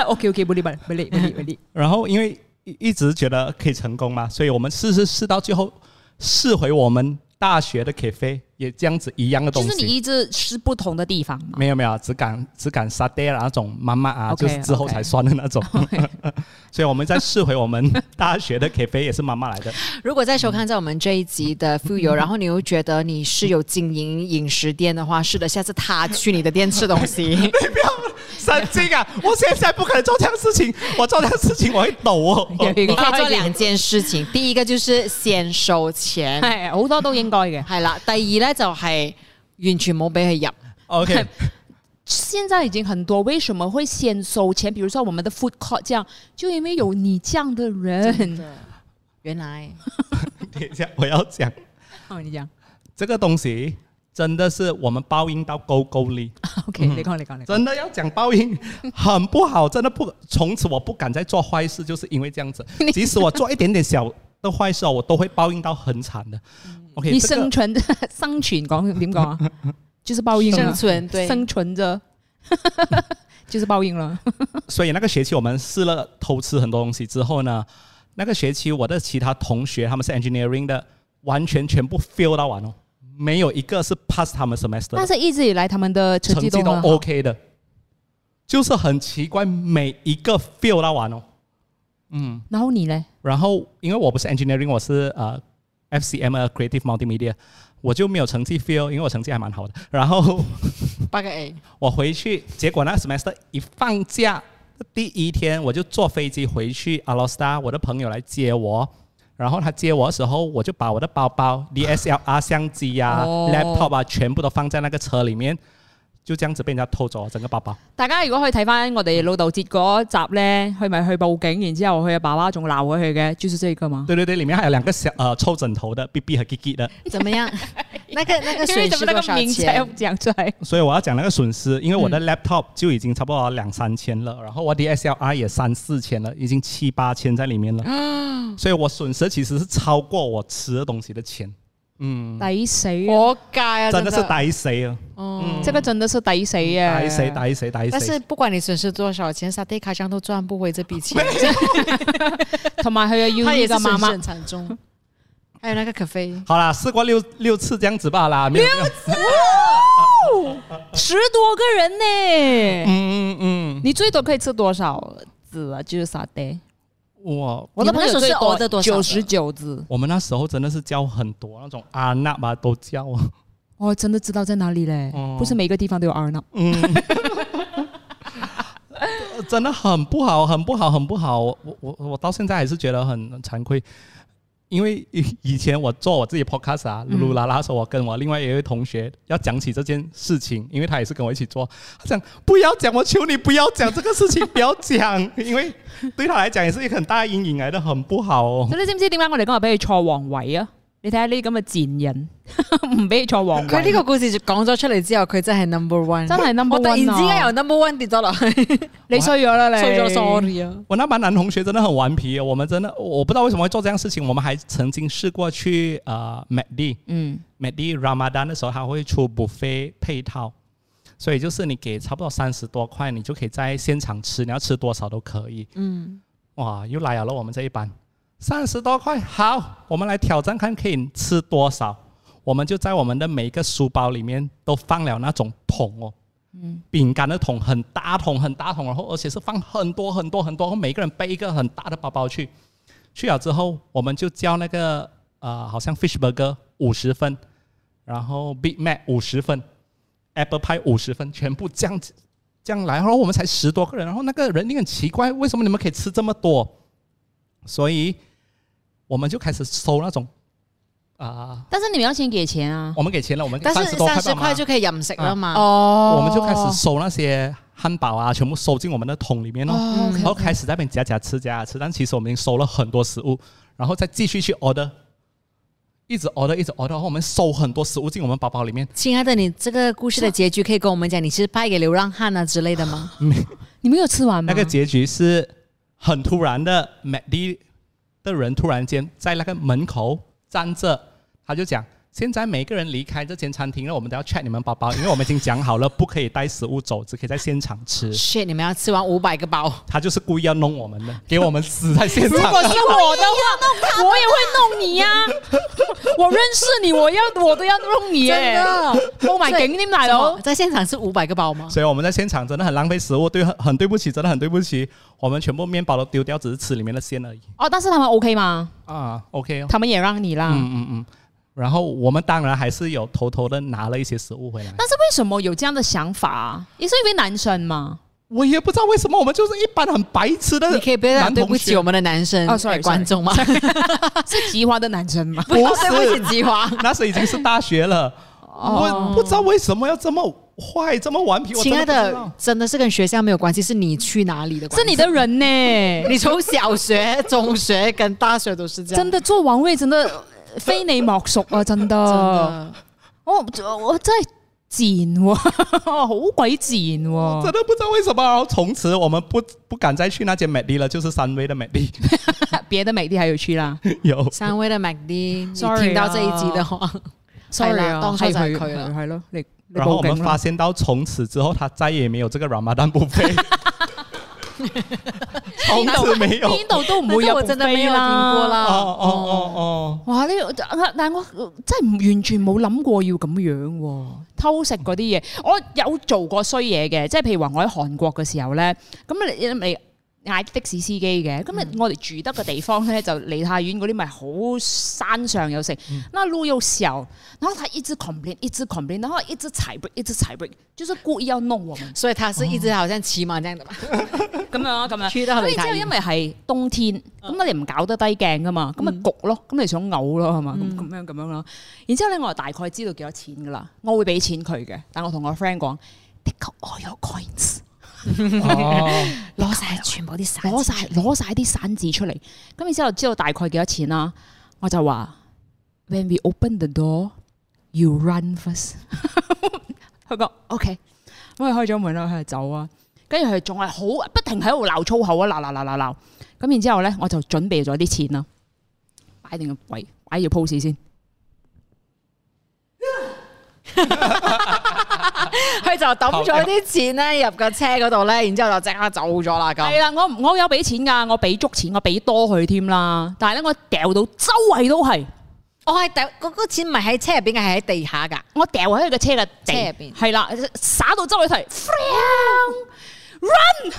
Speaker 2: ？OK OK，不理不理不理不理不理，
Speaker 3: 然后因为一一直觉得可以成功嘛，所以我们试试试到最后，试回我们大学的 K 飞也这样子一样的
Speaker 2: 就
Speaker 3: 东
Speaker 2: 是你
Speaker 3: 西。
Speaker 2: 一直是不同的地方嘛。
Speaker 3: 没有没有，只敢只敢杀爹那种妈妈啊
Speaker 2: OK，
Speaker 3: 就是之后
Speaker 2: OK
Speaker 3: 才算的那种。
Speaker 2: OK
Speaker 3: 所以我们再试回我们大学的 K 飞也是妈妈来 的。
Speaker 1: 如果在收看在我们这一集的 f u
Speaker 3: 嗯
Speaker 1: y o 然后你又觉得你是有经营饮食店的话，是的，下次他去你的店吃东西。
Speaker 3: 神经啊！我现在不可能做这样事情，我做这样事情我会抖 哦。
Speaker 1: 你可以做兩件事情，第一個就是先收錢，
Speaker 2: 係好多都應該嘅。
Speaker 1: 係啦。第二咧就係完全冇俾佢入，
Speaker 3: OK，
Speaker 2: 现在已经很多，为什么会先收钱？比如说我们的 food court 这样，就因为有你这样的
Speaker 1: 嗯
Speaker 2: 人。
Speaker 1: 原來
Speaker 3: 等一下我要讲
Speaker 2: 哦，你讲
Speaker 3: 这个东西，真的是我们报应到沟沟里。
Speaker 2: ，OK，你讲，你讲，你讲。
Speaker 3: 真的要讲报应，很不好，真的不，从此我不敢再做坏事，就是因为这 样子。即使我做一点点小的坏事哦，我都会报应到很惨的。OK，
Speaker 2: 嗯你
Speaker 3: 这个
Speaker 2: 生存 生存讲点 讲啊？就是报应
Speaker 1: 生
Speaker 2: 了，
Speaker 1: 存對。
Speaker 2: 生存着， 就是报应 了。
Speaker 3: 所以那个学期我们试了偷吃很多东西之后呢，那个学期我的其他同学他们是 engineering 的，完全全部 fail 到完哦，没有一个是 pass 他们 semester
Speaker 2: 但
Speaker 3: 的，
Speaker 2: 是一直以来他们的成
Speaker 3: 成
Speaker 2: 绩
Speaker 3: 绩
Speaker 2: 都
Speaker 3: 都哦
Speaker 2: 很好
Speaker 3: OK 的，就是很奇怪，每一个 fail 到完哦。
Speaker 2: 然后你呢？
Speaker 3: 然后因为我不是 engineering，我是呃 FCM 呃 creative multimedia，我就没有成绩 fail，因为我成绩还蛮好的。然后
Speaker 1: 八個 A，
Speaker 3: 我回去，结果那 semester 一放假第一天，我就坐飞机回去阿罗斯达，我的朋友来接我。然后他接我的时候，我就把我的包包、DSLR 相机呀、
Speaker 2: 哦
Speaker 3: laptop 啊，全部都放在那个车里面，就这样子被人家偷走了整个包包。
Speaker 2: 大家如果可以睇翻我哋老豆節嗰集咧，佢咪去報警，然之後佢嘅爸爸仲鬧咗佢嘅，就是這個嘛。
Speaker 3: 对对对，里面还有两个小呃抽枕头的 BB 和 Gigi 的。
Speaker 1: 怎麼 樣？那個那個
Speaker 2: 因為
Speaker 1: 損
Speaker 2: 怎
Speaker 1: 失
Speaker 2: 麼
Speaker 1: 多
Speaker 2: 那個
Speaker 1: 少
Speaker 2: 名字要
Speaker 1: 錢？
Speaker 2: 講出來？
Speaker 3: 所以我要讲那个损失，因为我的
Speaker 1: 嗯
Speaker 3: laptop 就已经差不多两三千了，然后我 DSLR 也三四千了，已经七八千在里面了。
Speaker 1: 啊
Speaker 3: 所以我损失其实是超过我吃的东西的钱，嗯
Speaker 2: 抵死啊！
Speaker 1: 活該啊！
Speaker 3: 真
Speaker 1: 真哎
Speaker 3: 的是抵死啊！
Speaker 2: 这个真的是抵死啊！
Speaker 3: 嗯抵死抵死抵
Speaker 1: 但是
Speaker 3: 死！
Speaker 1: 不管你損失多少錢，沙地卡商都賺不回這筆 錢，
Speaker 2: 同埋佢又要
Speaker 1: 他也
Speaker 2: 呢
Speaker 1: 是
Speaker 2: 個媽
Speaker 1: 損失
Speaker 2: 媽
Speaker 1: 很慘重。還有那個咖啡，
Speaker 3: 好啦，试过六六次这样子罢啦，没有没有
Speaker 2: 十多個人呢、
Speaker 3: 嗯嗯
Speaker 2: 你最多可以吃多少籽啊？就是沙爹，
Speaker 3: 嗯，哇！
Speaker 2: 我
Speaker 4: 的朋友最多
Speaker 2: 九
Speaker 4: 99
Speaker 2: 十九籽。
Speaker 3: 我们那时候真的是教很多那种阿纳吧都教啊，
Speaker 2: 我哦真的知道在哪里嘞，
Speaker 3: 哦
Speaker 2: 不是每个地方都有 R 呢。
Speaker 3: 呃真的很不好，很不好，很不好。我我我我到现在还是觉得很很惭愧，因为以以前我做我自己 podcast 啊，噜噜啦啦的时候，我跟我另外一位同学要讲起这件事情，因为他也是跟我一起做，他讲不要讲，我求你不要讲这个事情，不要讲，因为对他来讲也是一个很大的阴影来的，很不好 哦。
Speaker 2: 咁你知唔知點解我哋今日俾佢坐王位啊？你睇下呢啲咁嘅賤人， 唔俾佢坐王
Speaker 1: 佢呢
Speaker 2: 位。
Speaker 1: 個故事講咗出嚟之後，佢真係 number one，
Speaker 2: 真係 number
Speaker 1: 我突然
Speaker 2: one 啊
Speaker 1: 之間由 number one 跌咗落 去，
Speaker 2: 你衰咗啦，你
Speaker 1: 衰咗 sorry 啊！
Speaker 3: 我那班男同学真的很顽皮，我们真的我不知道为什么会做这样的事情，我们还曾经试过去呃 m a d i
Speaker 2: 嗯，
Speaker 3: 美的 Ramadan 的时候，他会出 buffet 配套，所以就是你给差不多三十多块，你就可以在现场吃，你要吃多少都可以。嗯，哇，又来了我们这一班，三十多块，好，我们来挑战看可以吃多少。我们就在我们的每一个书包里面都放了那种桶哦，嗯，饼干的桶，很大桶，很大桶，然后而且是放很多很多很多，然后每个人背一个很大的包包去。去了之后，我们就叫那个呃，好像 fish burger 五十分，然后 Big Mac 五十分，Apple Pie 五十分，全部这样子这样来，然后我们才十多个人，然后那个人也很奇怪，为什么你们可以吃这么多？所以我们就开始收那种啊、
Speaker 2: 但是你们要先给钱啊。
Speaker 3: 我们给钱了，我们给
Speaker 1: 但
Speaker 3: 三
Speaker 1: 是
Speaker 3: 十多块
Speaker 1: 三十
Speaker 3: 吧嘛
Speaker 1: 塊就可以飲食啦嘛。
Speaker 2: 哦
Speaker 3: 我们就开始收那些汉堡啊，全部收进我们的桶里面哦。
Speaker 2: 哦，OK，
Speaker 3: 然后开始在那边夹夹吃夹夹吃，但其实我们已经收了很多食物，然后再继续去 order，一直 order 一直 order，然后我们收很多食物进我们包包里面。
Speaker 1: 亲爱的，你这个故事的结局可以跟我们讲，你是拍给流浪汉啊之类的 吗？
Speaker 2: 你们有吃完吗？
Speaker 3: 那个结局是很突然的，MACD 的人突然间在那个门口站着，他就讲：现在每个人离开这间餐厅了，我们都要 check 你们包包，因为我们已经讲好了，不可以带食物走，只可以在现场吃。
Speaker 1: shit！你们要吃完五百个包，
Speaker 3: 他就是故意要弄我们的，给我们死在现
Speaker 2: 如
Speaker 3: 场
Speaker 2: 果。是我的话， 我也会弄你 呀、我认识你，我要我都要弄你耶、Oh my
Speaker 1: 所以
Speaker 2: god，你大
Speaker 1: 什
Speaker 2: 佬
Speaker 1: 么，在现场是五百个包吗？
Speaker 3: 所以我们在现场真的很浪费食物，对，很很对不起，真的很对不起，我们全部面包都丢掉，只是吃里面的馅而已。
Speaker 2: 哦，但是他们 OK 吗？
Speaker 3: 啊，OK，哦
Speaker 2: 他们也让你啦。
Speaker 3: 嗯嗯嗯。然后我们当然还是有偷偷的拿了一些食物回来。
Speaker 2: 但是为什么有这样的想法啊？也是因为男生 嘛。
Speaker 3: 我也不知道为什么，我们就是一般很白痴的
Speaker 1: 你可以不要讲
Speaker 3: 呃男
Speaker 1: 对
Speaker 3: 同
Speaker 1: 不起
Speaker 3: 学
Speaker 1: 我。们的男生
Speaker 2: 哦，sorry，sorry
Speaker 1: 观众 吗？
Speaker 2: 是吉华的男生嘛？
Speaker 3: 不是
Speaker 1: 对不起，哦吉华。
Speaker 3: 那时已经是大学了，我不知道为什么要这么坏，这么顽皮。我真
Speaker 1: 亲爱
Speaker 3: 不知
Speaker 1: 的
Speaker 3: 道，，
Speaker 1: 真的是跟学校没有关系，是你去哪里的关
Speaker 2: 是
Speaker 1: 系。
Speaker 2: 你的人呢、
Speaker 1: 你从小学、中学跟大学都是这样，
Speaker 2: 真的做王位真的非你莫属啊！真 的，
Speaker 1: 真的。
Speaker 2: 我我真係賤喎， 好鬼賤喎！
Speaker 1: 哦
Speaker 3: 真的不知道为什么。然后从此我们不不敢再去那间美丽了，就是三威的美 丽
Speaker 2: 别的美地还有去啦
Speaker 3: 有。
Speaker 1: 三位的 MACD，你
Speaker 2: Sorry 啊
Speaker 1: 听到这一集的話，
Speaker 2: ，sorry
Speaker 1: 係
Speaker 2: 啊，
Speaker 1: 啦當初就係
Speaker 2: 係
Speaker 1: 佢啦
Speaker 2: 係係咯，你你
Speaker 3: 然后我
Speaker 2: 報
Speaker 3: 们
Speaker 2: 警
Speaker 3: 发
Speaker 2: 啦。
Speaker 3: 现到从此之后，他再也没有这个 Ramadan 不 飞，从此没有。
Speaker 2: 邊度都唔會
Speaker 1: 但是
Speaker 2: 有
Speaker 1: 我真的沒有聽
Speaker 2: 飛
Speaker 1: 過
Speaker 3: 哦
Speaker 1: 啦
Speaker 3: 哦哦哦，
Speaker 2: 哇！呢個啊但但我呃真係唔完全冇諗過要咁樣喎，偷食嗰啲嘢，我有做過衰嘢嘅，即係譬如話我喺韓國嘅時候咧，咁啊你你咪嗌的士司機嘅，咁啊你我哋住得嘅地方咧就離太遠嗰啲咪好山上有食，那路又小，然後他一直 complain，一直 complain，然後一直踩 brake，一直踩 brake，就是故意要弄我們
Speaker 1: 所以他是一直好像騎馬這樣的吧？
Speaker 2: 咁樣咁樣。
Speaker 1: 去得
Speaker 2: 咁
Speaker 1: 離
Speaker 2: 然之後，
Speaker 1: 太
Speaker 2: 因
Speaker 1: 遠。
Speaker 2: 為係冬天，咁你唔搞得低鏡噶嘛，咁咪焗咯，咁你想嘔咯，係嘛？咁咁樣咁樣咯。然之後咧，我就大概知道幾多錢噶啦，我會俾錢佢嘅，但我同我 friend 講，的確我有 coins，
Speaker 3: 哦，
Speaker 1: 攞晒全部啲散
Speaker 2: 攞晒攞晒啲散紙出嚟。咁然之後知道大概幾多錢啦，我就話：When we open the door, you run first 。 佢講 OK，咁佢開咗門啦，佢就走啊。跟住佢仲係好不停喺度鬧粗口啊，鬧鬧鬧鬧鬧。咁然之後咧，我就準備咗啲錢啦，擺定個位，擺住 pose 先。
Speaker 1: 佢就抌咗啲錢咧入個車嗰度咧，然之後就即刻走咗啦
Speaker 2: 係
Speaker 1: 咁。
Speaker 2: 啦，我唔我有俾錢㗎，我俾足錢，我俾多佢添啦。但係咧，我掉到周圍都係。
Speaker 1: 我係掉嗰個錢唔係喺車入邊嘅，係喺地下㗎。
Speaker 2: 我掉喺佢嘅車嘅地
Speaker 1: 車入邊
Speaker 2: 係啦，灑到周圍睇 run，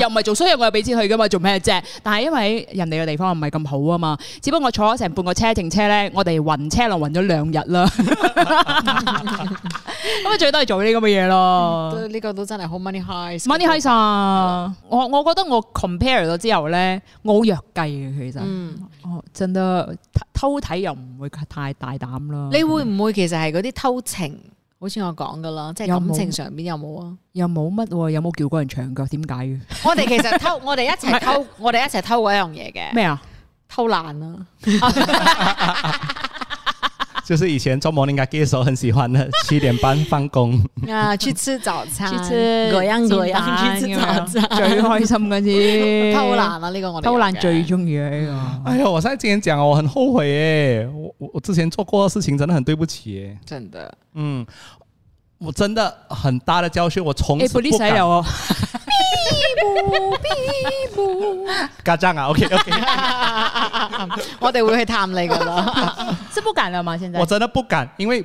Speaker 2: 又唔係做衰嘢，我又俾錢佢噶嘛，做咩啫？但係因為人哋嘅地方唔係咁好啊嘛，只不過我坐咗成半個車程車咧，我哋暈車浪暈咗兩日 啦，咁啊最多係做呢啲咁嘅嘢咯。
Speaker 1: 呢個都真係好哦 money high。
Speaker 2: Money high 啊！我我覺得我 compare 咗之後咧，我好弱雞嘅其實，
Speaker 1: 嗯
Speaker 2: 哦真得偷睇又唔會太大膽啦。
Speaker 1: 你會唔會其實係嗰啲偷情？好似我講噶啦，即係
Speaker 2: 有冇
Speaker 1: 感情上邊有冇啊？
Speaker 2: 又冇乜喎，有冇叫過人長腳？點解嘅？
Speaker 1: 我哋其實偷，我哋一齊偷，我哋一齊偷嗰一樣嘢嘅，
Speaker 2: 咩啊？
Speaker 1: 偷啊懶啦。
Speaker 3: 就是以前做 morning g 的时候很喜欢的，七点半放工。
Speaker 1: 啊， 去吃早餐，
Speaker 2: 去吃
Speaker 1: 各樣各樣去吃
Speaker 2: 煎
Speaker 1: 早
Speaker 2: 蛋
Speaker 1: 餐，
Speaker 2: 最開心嗰啲
Speaker 1: 偷懶啊！呢個我哋
Speaker 2: 偷懶
Speaker 1: 有嘅
Speaker 2: 最中意嘅呢
Speaker 3: 哎呦，我现在今天讲哦，我很后悔耶，我我我之前做过的事情真的很对不起耶，
Speaker 1: 真的，
Speaker 3: 嗯，我真的很大的教训，我
Speaker 2: 個。
Speaker 3: 从
Speaker 2: 誒
Speaker 3: 此不
Speaker 2: police
Speaker 3: 敢
Speaker 2: 喺度啊！
Speaker 3: 嘎仗啊，OK OK，
Speaker 1: 我哋會去探你噶 啦。
Speaker 2: 是不敢了嘛？現在
Speaker 3: 我真的不敢，因为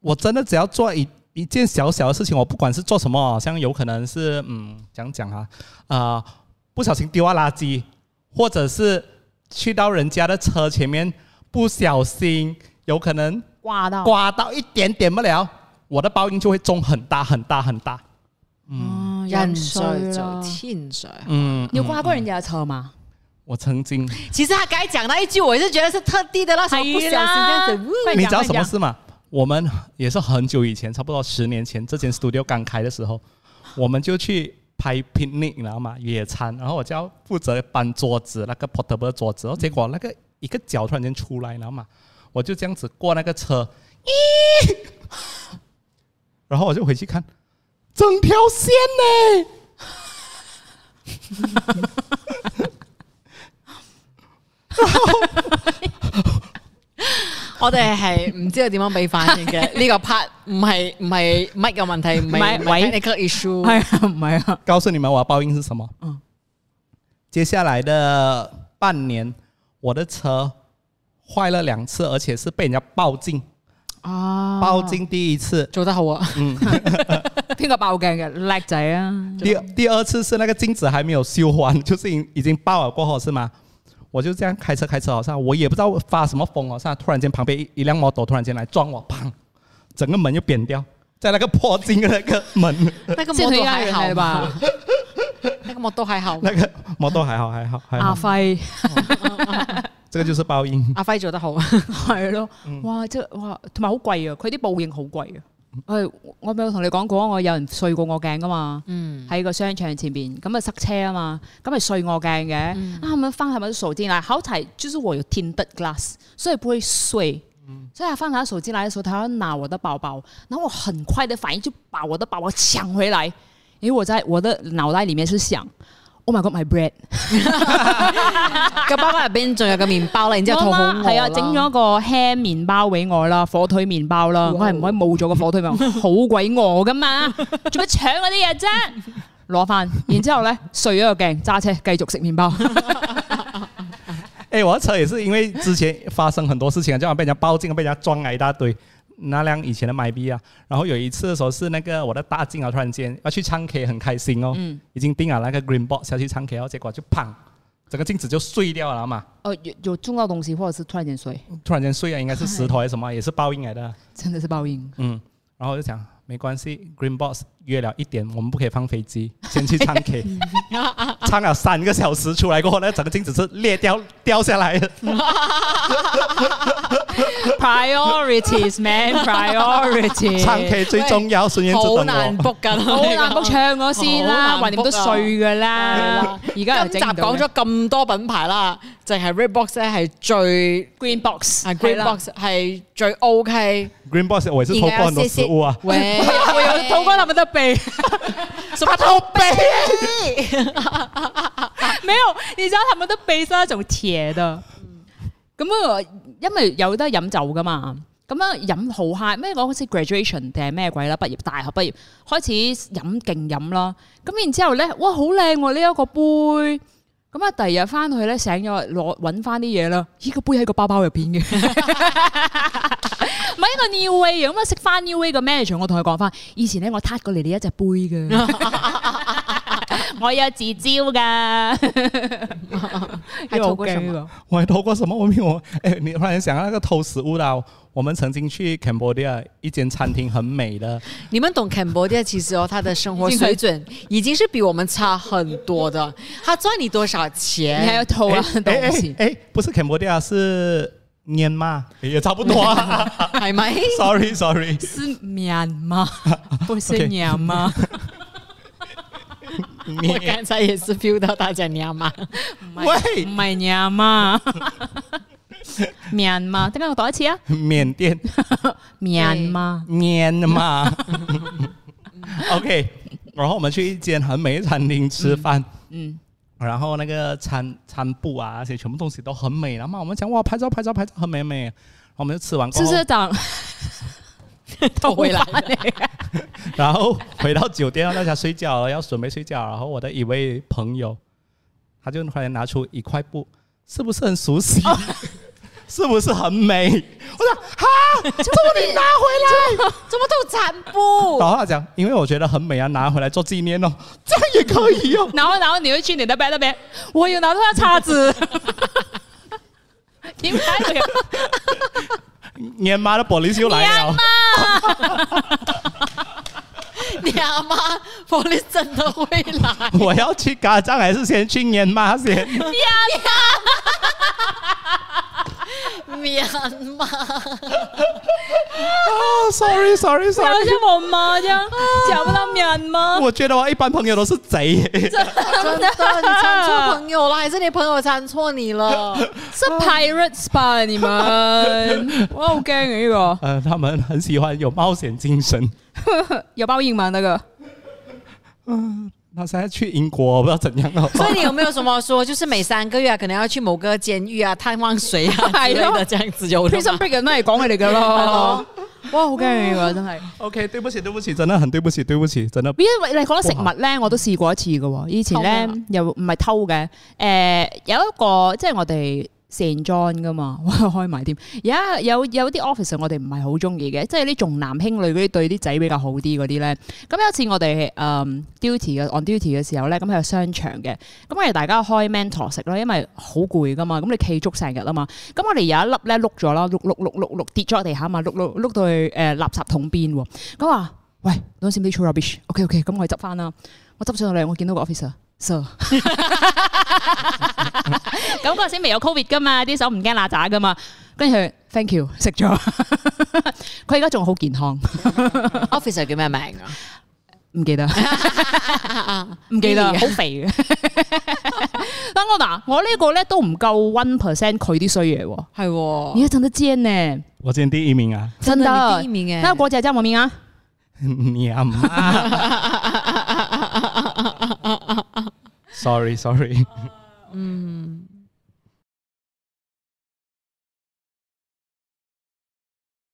Speaker 3: 我真的只要做一一件小小的事情，我不管是做什么哦，像有可能是嗯讲讲啊，啊、不小心丢啊垃圾，或者是去到人家的车前面不小心，有可能
Speaker 2: 掛到
Speaker 3: 刮到一点点不了，我的报应就会中很大很大很大。
Speaker 2: 嗯
Speaker 1: 人
Speaker 2: 衰
Speaker 1: 在
Speaker 2: 啦
Speaker 1: 做天在。
Speaker 3: 嗯，
Speaker 2: 你有掛過人家嘅車嘛？
Speaker 3: 我曾经，
Speaker 1: 其實他剛才講那一句，我是覺得是特地的，那時候不小心這樣子。
Speaker 2: 快
Speaker 3: 你
Speaker 2: 講
Speaker 3: 知道
Speaker 2: 快
Speaker 3: 什么
Speaker 2: 講
Speaker 3: 事吗？我们也是很久以前，差不多十年前，这间 studio 刚开的时候，我们就去拍 picnic，你知道吗？野餐，然后我就要负责搬桌子，那个 portable 桌子，然后结果那个一个脚突然间出来，你知道吗？我就这样子过那个车，咦， 然后我就回去看，整条线呢、
Speaker 1: 我哋係唔知道點樣俾反 應嘅呢個 part，唔係唔係乜嘅問題，唔
Speaker 2: 唔係
Speaker 1: 係唔
Speaker 2: 喂
Speaker 1: 係 technical issue。
Speaker 2: 系啊，唔系啊，
Speaker 3: 告诉你们我的报应是什么？嗯，接下来的半年，我的车坏了两次，而且是被人家报警。
Speaker 2: 啊，
Speaker 3: 报警第一次，
Speaker 1: 做得好啊！
Speaker 2: 边个爆镜嘅叻仔啊？
Speaker 3: 第第二次是那个镜子还没有修完， 就是已已经爆了过后是吗？我就这样开车开车，好像我也不知道发什么疯，好像突然间旁边一一辆摩托突然间来撞我，砰，整个门就扁掉，在那个破镜的那个门，
Speaker 1: 那個
Speaker 2: 即係
Speaker 1: 我
Speaker 2: 佢
Speaker 1: 都
Speaker 2: 依家
Speaker 1: 還
Speaker 2: 人
Speaker 1: 好 嘛
Speaker 2: 係吧？？
Speaker 1: 那個我都還好。
Speaker 3: 那个摩托还好还好还
Speaker 2: 阿
Speaker 3: 好，
Speaker 2: 輝
Speaker 3: 这个就是报应。
Speaker 1: 阿輝做得好，
Speaker 2: 係咯，哇！即係哇，同埋好貴啊！佢啲報應好貴啊！誒，我咪有同你講過，我有人碎過我鏡噶嘛，喺個商場前邊，咁啊塞車啊嘛，咁咪碎我鏡嘅，啊咁樣翻下咪手機啦，好彩就是我有 tinted glass，所以不會碎。所以啊他放他手機來的時候，他要拿我的包包，然後我很快的反應就把我的包包搶回來，因為我在我的腦袋裡面是想，Oh my God，my bread。
Speaker 1: 個包包入邊仲有個麵包啦，然之後
Speaker 2: 我
Speaker 1: 肚好
Speaker 2: 媽
Speaker 1: 餓
Speaker 2: 係啊，整咗個 ham 麵包俾我啦，火腿麵包啦，我係唔可以冇咗個火腿麵 包，好鬼餓噶 嘛，做乜搶嗰啲嘢啫？攞翻，然之後 咧碎咗個鏡，揸車繼續食麵包。
Speaker 3: 哎，我的车也是因为之前发生很多事情啊，就好像被人家报警，被人家撞啊一大堆。那辆以前的麦 B 啊，然后有一次的时候是那个我的大镜啊，突然间要去唱 K，很开心哦，已经订了那个 Green Box 要去唱 K，然后结果哦就砰，整个镜子就碎掉了嘛，
Speaker 2: 哦，有有重要東西，或者是突然間碎，
Speaker 3: 突然间碎了，应该是石头还是什么，也是报应来的，
Speaker 2: 真的是報應。
Speaker 3: 嗯，然后我就想没关系，Green Box 约了一点，我们不可以放飞机，先去唱 K，唱了三个小时出来过后，那整个镜子是裂掉掉下来的。
Speaker 2: Priorities man, priorities。
Speaker 3: 唱 K 最重要，孙燕姿
Speaker 1: 好
Speaker 3: 等
Speaker 1: 難
Speaker 3: 我。
Speaker 1: book 㗎啦，
Speaker 2: 好難 book 唱我先啦，
Speaker 1: 好
Speaker 2: 橫
Speaker 1: 難
Speaker 2: 掂都
Speaker 1: book 啊
Speaker 2: 碎噶
Speaker 1: 係
Speaker 2: 啦
Speaker 1: 啦。
Speaker 2: 而家又
Speaker 1: 今
Speaker 2: 整
Speaker 1: 集
Speaker 2: 唔到
Speaker 1: 講咗咁多品牌啦，淨係 Red Box 咧係最
Speaker 2: 啊 green box，
Speaker 1: 係 Green
Speaker 2: 係啦
Speaker 1: Box 係最 OK。
Speaker 3: Green Box 我也是偷过很多食物啊，
Speaker 1: 喂，
Speaker 2: 我有偷 過他們的背，什麼偷背？ 沒有，你知道他們的背是那種鐵的，咁啊，因為有得飲酒噶嘛。咁啊，飲好 high 咩？我好似 graduation 定係咩鬼啦？畢業大學畢業開始飲勁飲啦。咁然之後咧，哇，好靚喎呢一個杯。咁啊，第二日翻去咧醒咗，攞揾翻啲嘢啦。咦，個杯喺個包包入邊 嘅。唔係一個 new way 咁啊！食翻 new way 嘅 manager，我同佢講翻，以前咧我挞過嚟你一隻杯嘅， 我有自招 噶，
Speaker 4: 係透過什麼
Speaker 2: 呢
Speaker 3: 我还偷过什么？我没有。 哎，你突然想到那个偷食物啦、我们曾经去 Cambodia 一间餐厅，很美的，
Speaker 1: 你们懂 Cambodia 其实哦，他的生活水准已经是比我们差很多的。他赚你多少
Speaker 2: 個？你係
Speaker 1: 钱？
Speaker 2: 有套啊啦，
Speaker 3: 哎
Speaker 2: 東西。
Speaker 3: 哎哎，不是 Cambodia 是缅甸， 也差不多、啊。
Speaker 1: 系咪？
Speaker 3: sorry Sorry，
Speaker 2: 是棉 嗎？不是
Speaker 3: OK
Speaker 2: 棉嗎？
Speaker 1: 我刚才也是 feel 到大家娘嘛，
Speaker 3: 喂
Speaker 2: 唔，係棉 嗎？棉嗎？點解我讀一次啊？
Speaker 3: 缅甸
Speaker 2: 棉嗎？
Speaker 3: 缅甸嘛。OK，然后我们去一间很美的餐厅吃饭。
Speaker 2: 嗯，
Speaker 3: 然后那个餐餐布啊，那些全部东西都很美，然后嘛我们讲哇，拍照拍照拍照很美很美，然后我们就吃完过
Speaker 2: 是
Speaker 3: 后，
Speaker 2: 不是長
Speaker 1: 都回來
Speaker 2: 頭髮嚟嘅？
Speaker 3: 然后回到酒店让大家睡觉了，要准备睡觉，然后我的一位朋友，他就突然拿出一块布，是不是很 熟悉？是不是很美？我说哈，
Speaker 1: 终于拿回 来，怎么都残布？
Speaker 3: 然后他讲，因为我觉得很美啊，拿回来做纪念哦，这样也可 以哦。
Speaker 2: 然后然后你会去你的 bed 那边，我有拿到他叉子， 点解我有？
Speaker 3: 年妈的 police 又来了，
Speaker 1: 娘嘛，玻璃真的会 来？
Speaker 3: 我要去嘎张 啊还是先去年妈先？
Speaker 1: 娘人嘛，
Speaker 3: sorry sorry
Speaker 2: 有
Speaker 3: sorry，
Speaker 2: 啲冇嘛啫， 有冧人嘛。
Speaker 3: 我觉得我一般朋友都是贼，
Speaker 1: 真的，你参错朋友啦，还是你朋友参错你了？
Speaker 2: 是 pirates 吧你 们？我好驚啊呢個，
Speaker 3: 呃，他们很喜欢有冒险精神。
Speaker 2: 有包英文啊那個。
Speaker 3: 那现在去英国，我不知道怎样哦了。
Speaker 1: 所以你有没有什么说，就是每三个月啊可能要去某个监狱啊探望谁啊之类
Speaker 2: 係咯
Speaker 1: 的，这样子有的
Speaker 2: Prison
Speaker 1: 嗎
Speaker 2: Break 人都係講佢哋噶 咯。哇，好驚啊呢個真係。
Speaker 3: OK，对不起，对不起，真的很对不起，对不起，真的。
Speaker 2: 因為你講得食物咧，我都試過一次嘅喎。以前咧
Speaker 1: 偷嘅
Speaker 2: 又唔係偷嘅，誒、有一個即係我哋 St John 噶嘛， 哇開埋添。而家有有啲 office 我哋唔係好中意嘅，即係啲重男輕女嗰啲對啲仔比較好啲嗰啲咧。咁有一次我哋誒、嗯 duty 嘅 on duty 嘅時候咧，咁喺個商場嘅，咁我哋大家開 mentor 食啦，因為好攰噶嘛，咁你企足成日啊嘛。咁我哋有一粒咧碌咗啦，碌碌碌碌碌跌咗喺地下嘛，碌碌碌到去誒、呃垃圾桶邊喎。咁話喂，don't simply throw rubbish，OK OK，咁我哋執翻啦。我執上嚟，我見到個 officer。Sir，咁嗰陣時未有 covid 噶嘛，啲手唔驚乸渣噶嘛，跟住佢 thank you 食咗， 佢而家仲好健康，
Speaker 1: ？Officer 叫咩名 啊？
Speaker 2: 唔 記得。
Speaker 1: 啊
Speaker 2: 唔記得，
Speaker 1: Lily 啊
Speaker 2: 好肥嘅。 等我嗱，我呢個咧都唔夠 one percent 佢啲衰嘢喎。
Speaker 1: 系喎，
Speaker 2: 你一陣都知呢，
Speaker 3: 我今天第一名啊，
Speaker 2: 真
Speaker 1: 的
Speaker 2: 的。
Speaker 1: 你第一名耶欸
Speaker 2: 睇 下 國際真冇面啊！
Speaker 3: 你阿妈。Sorry Sorry，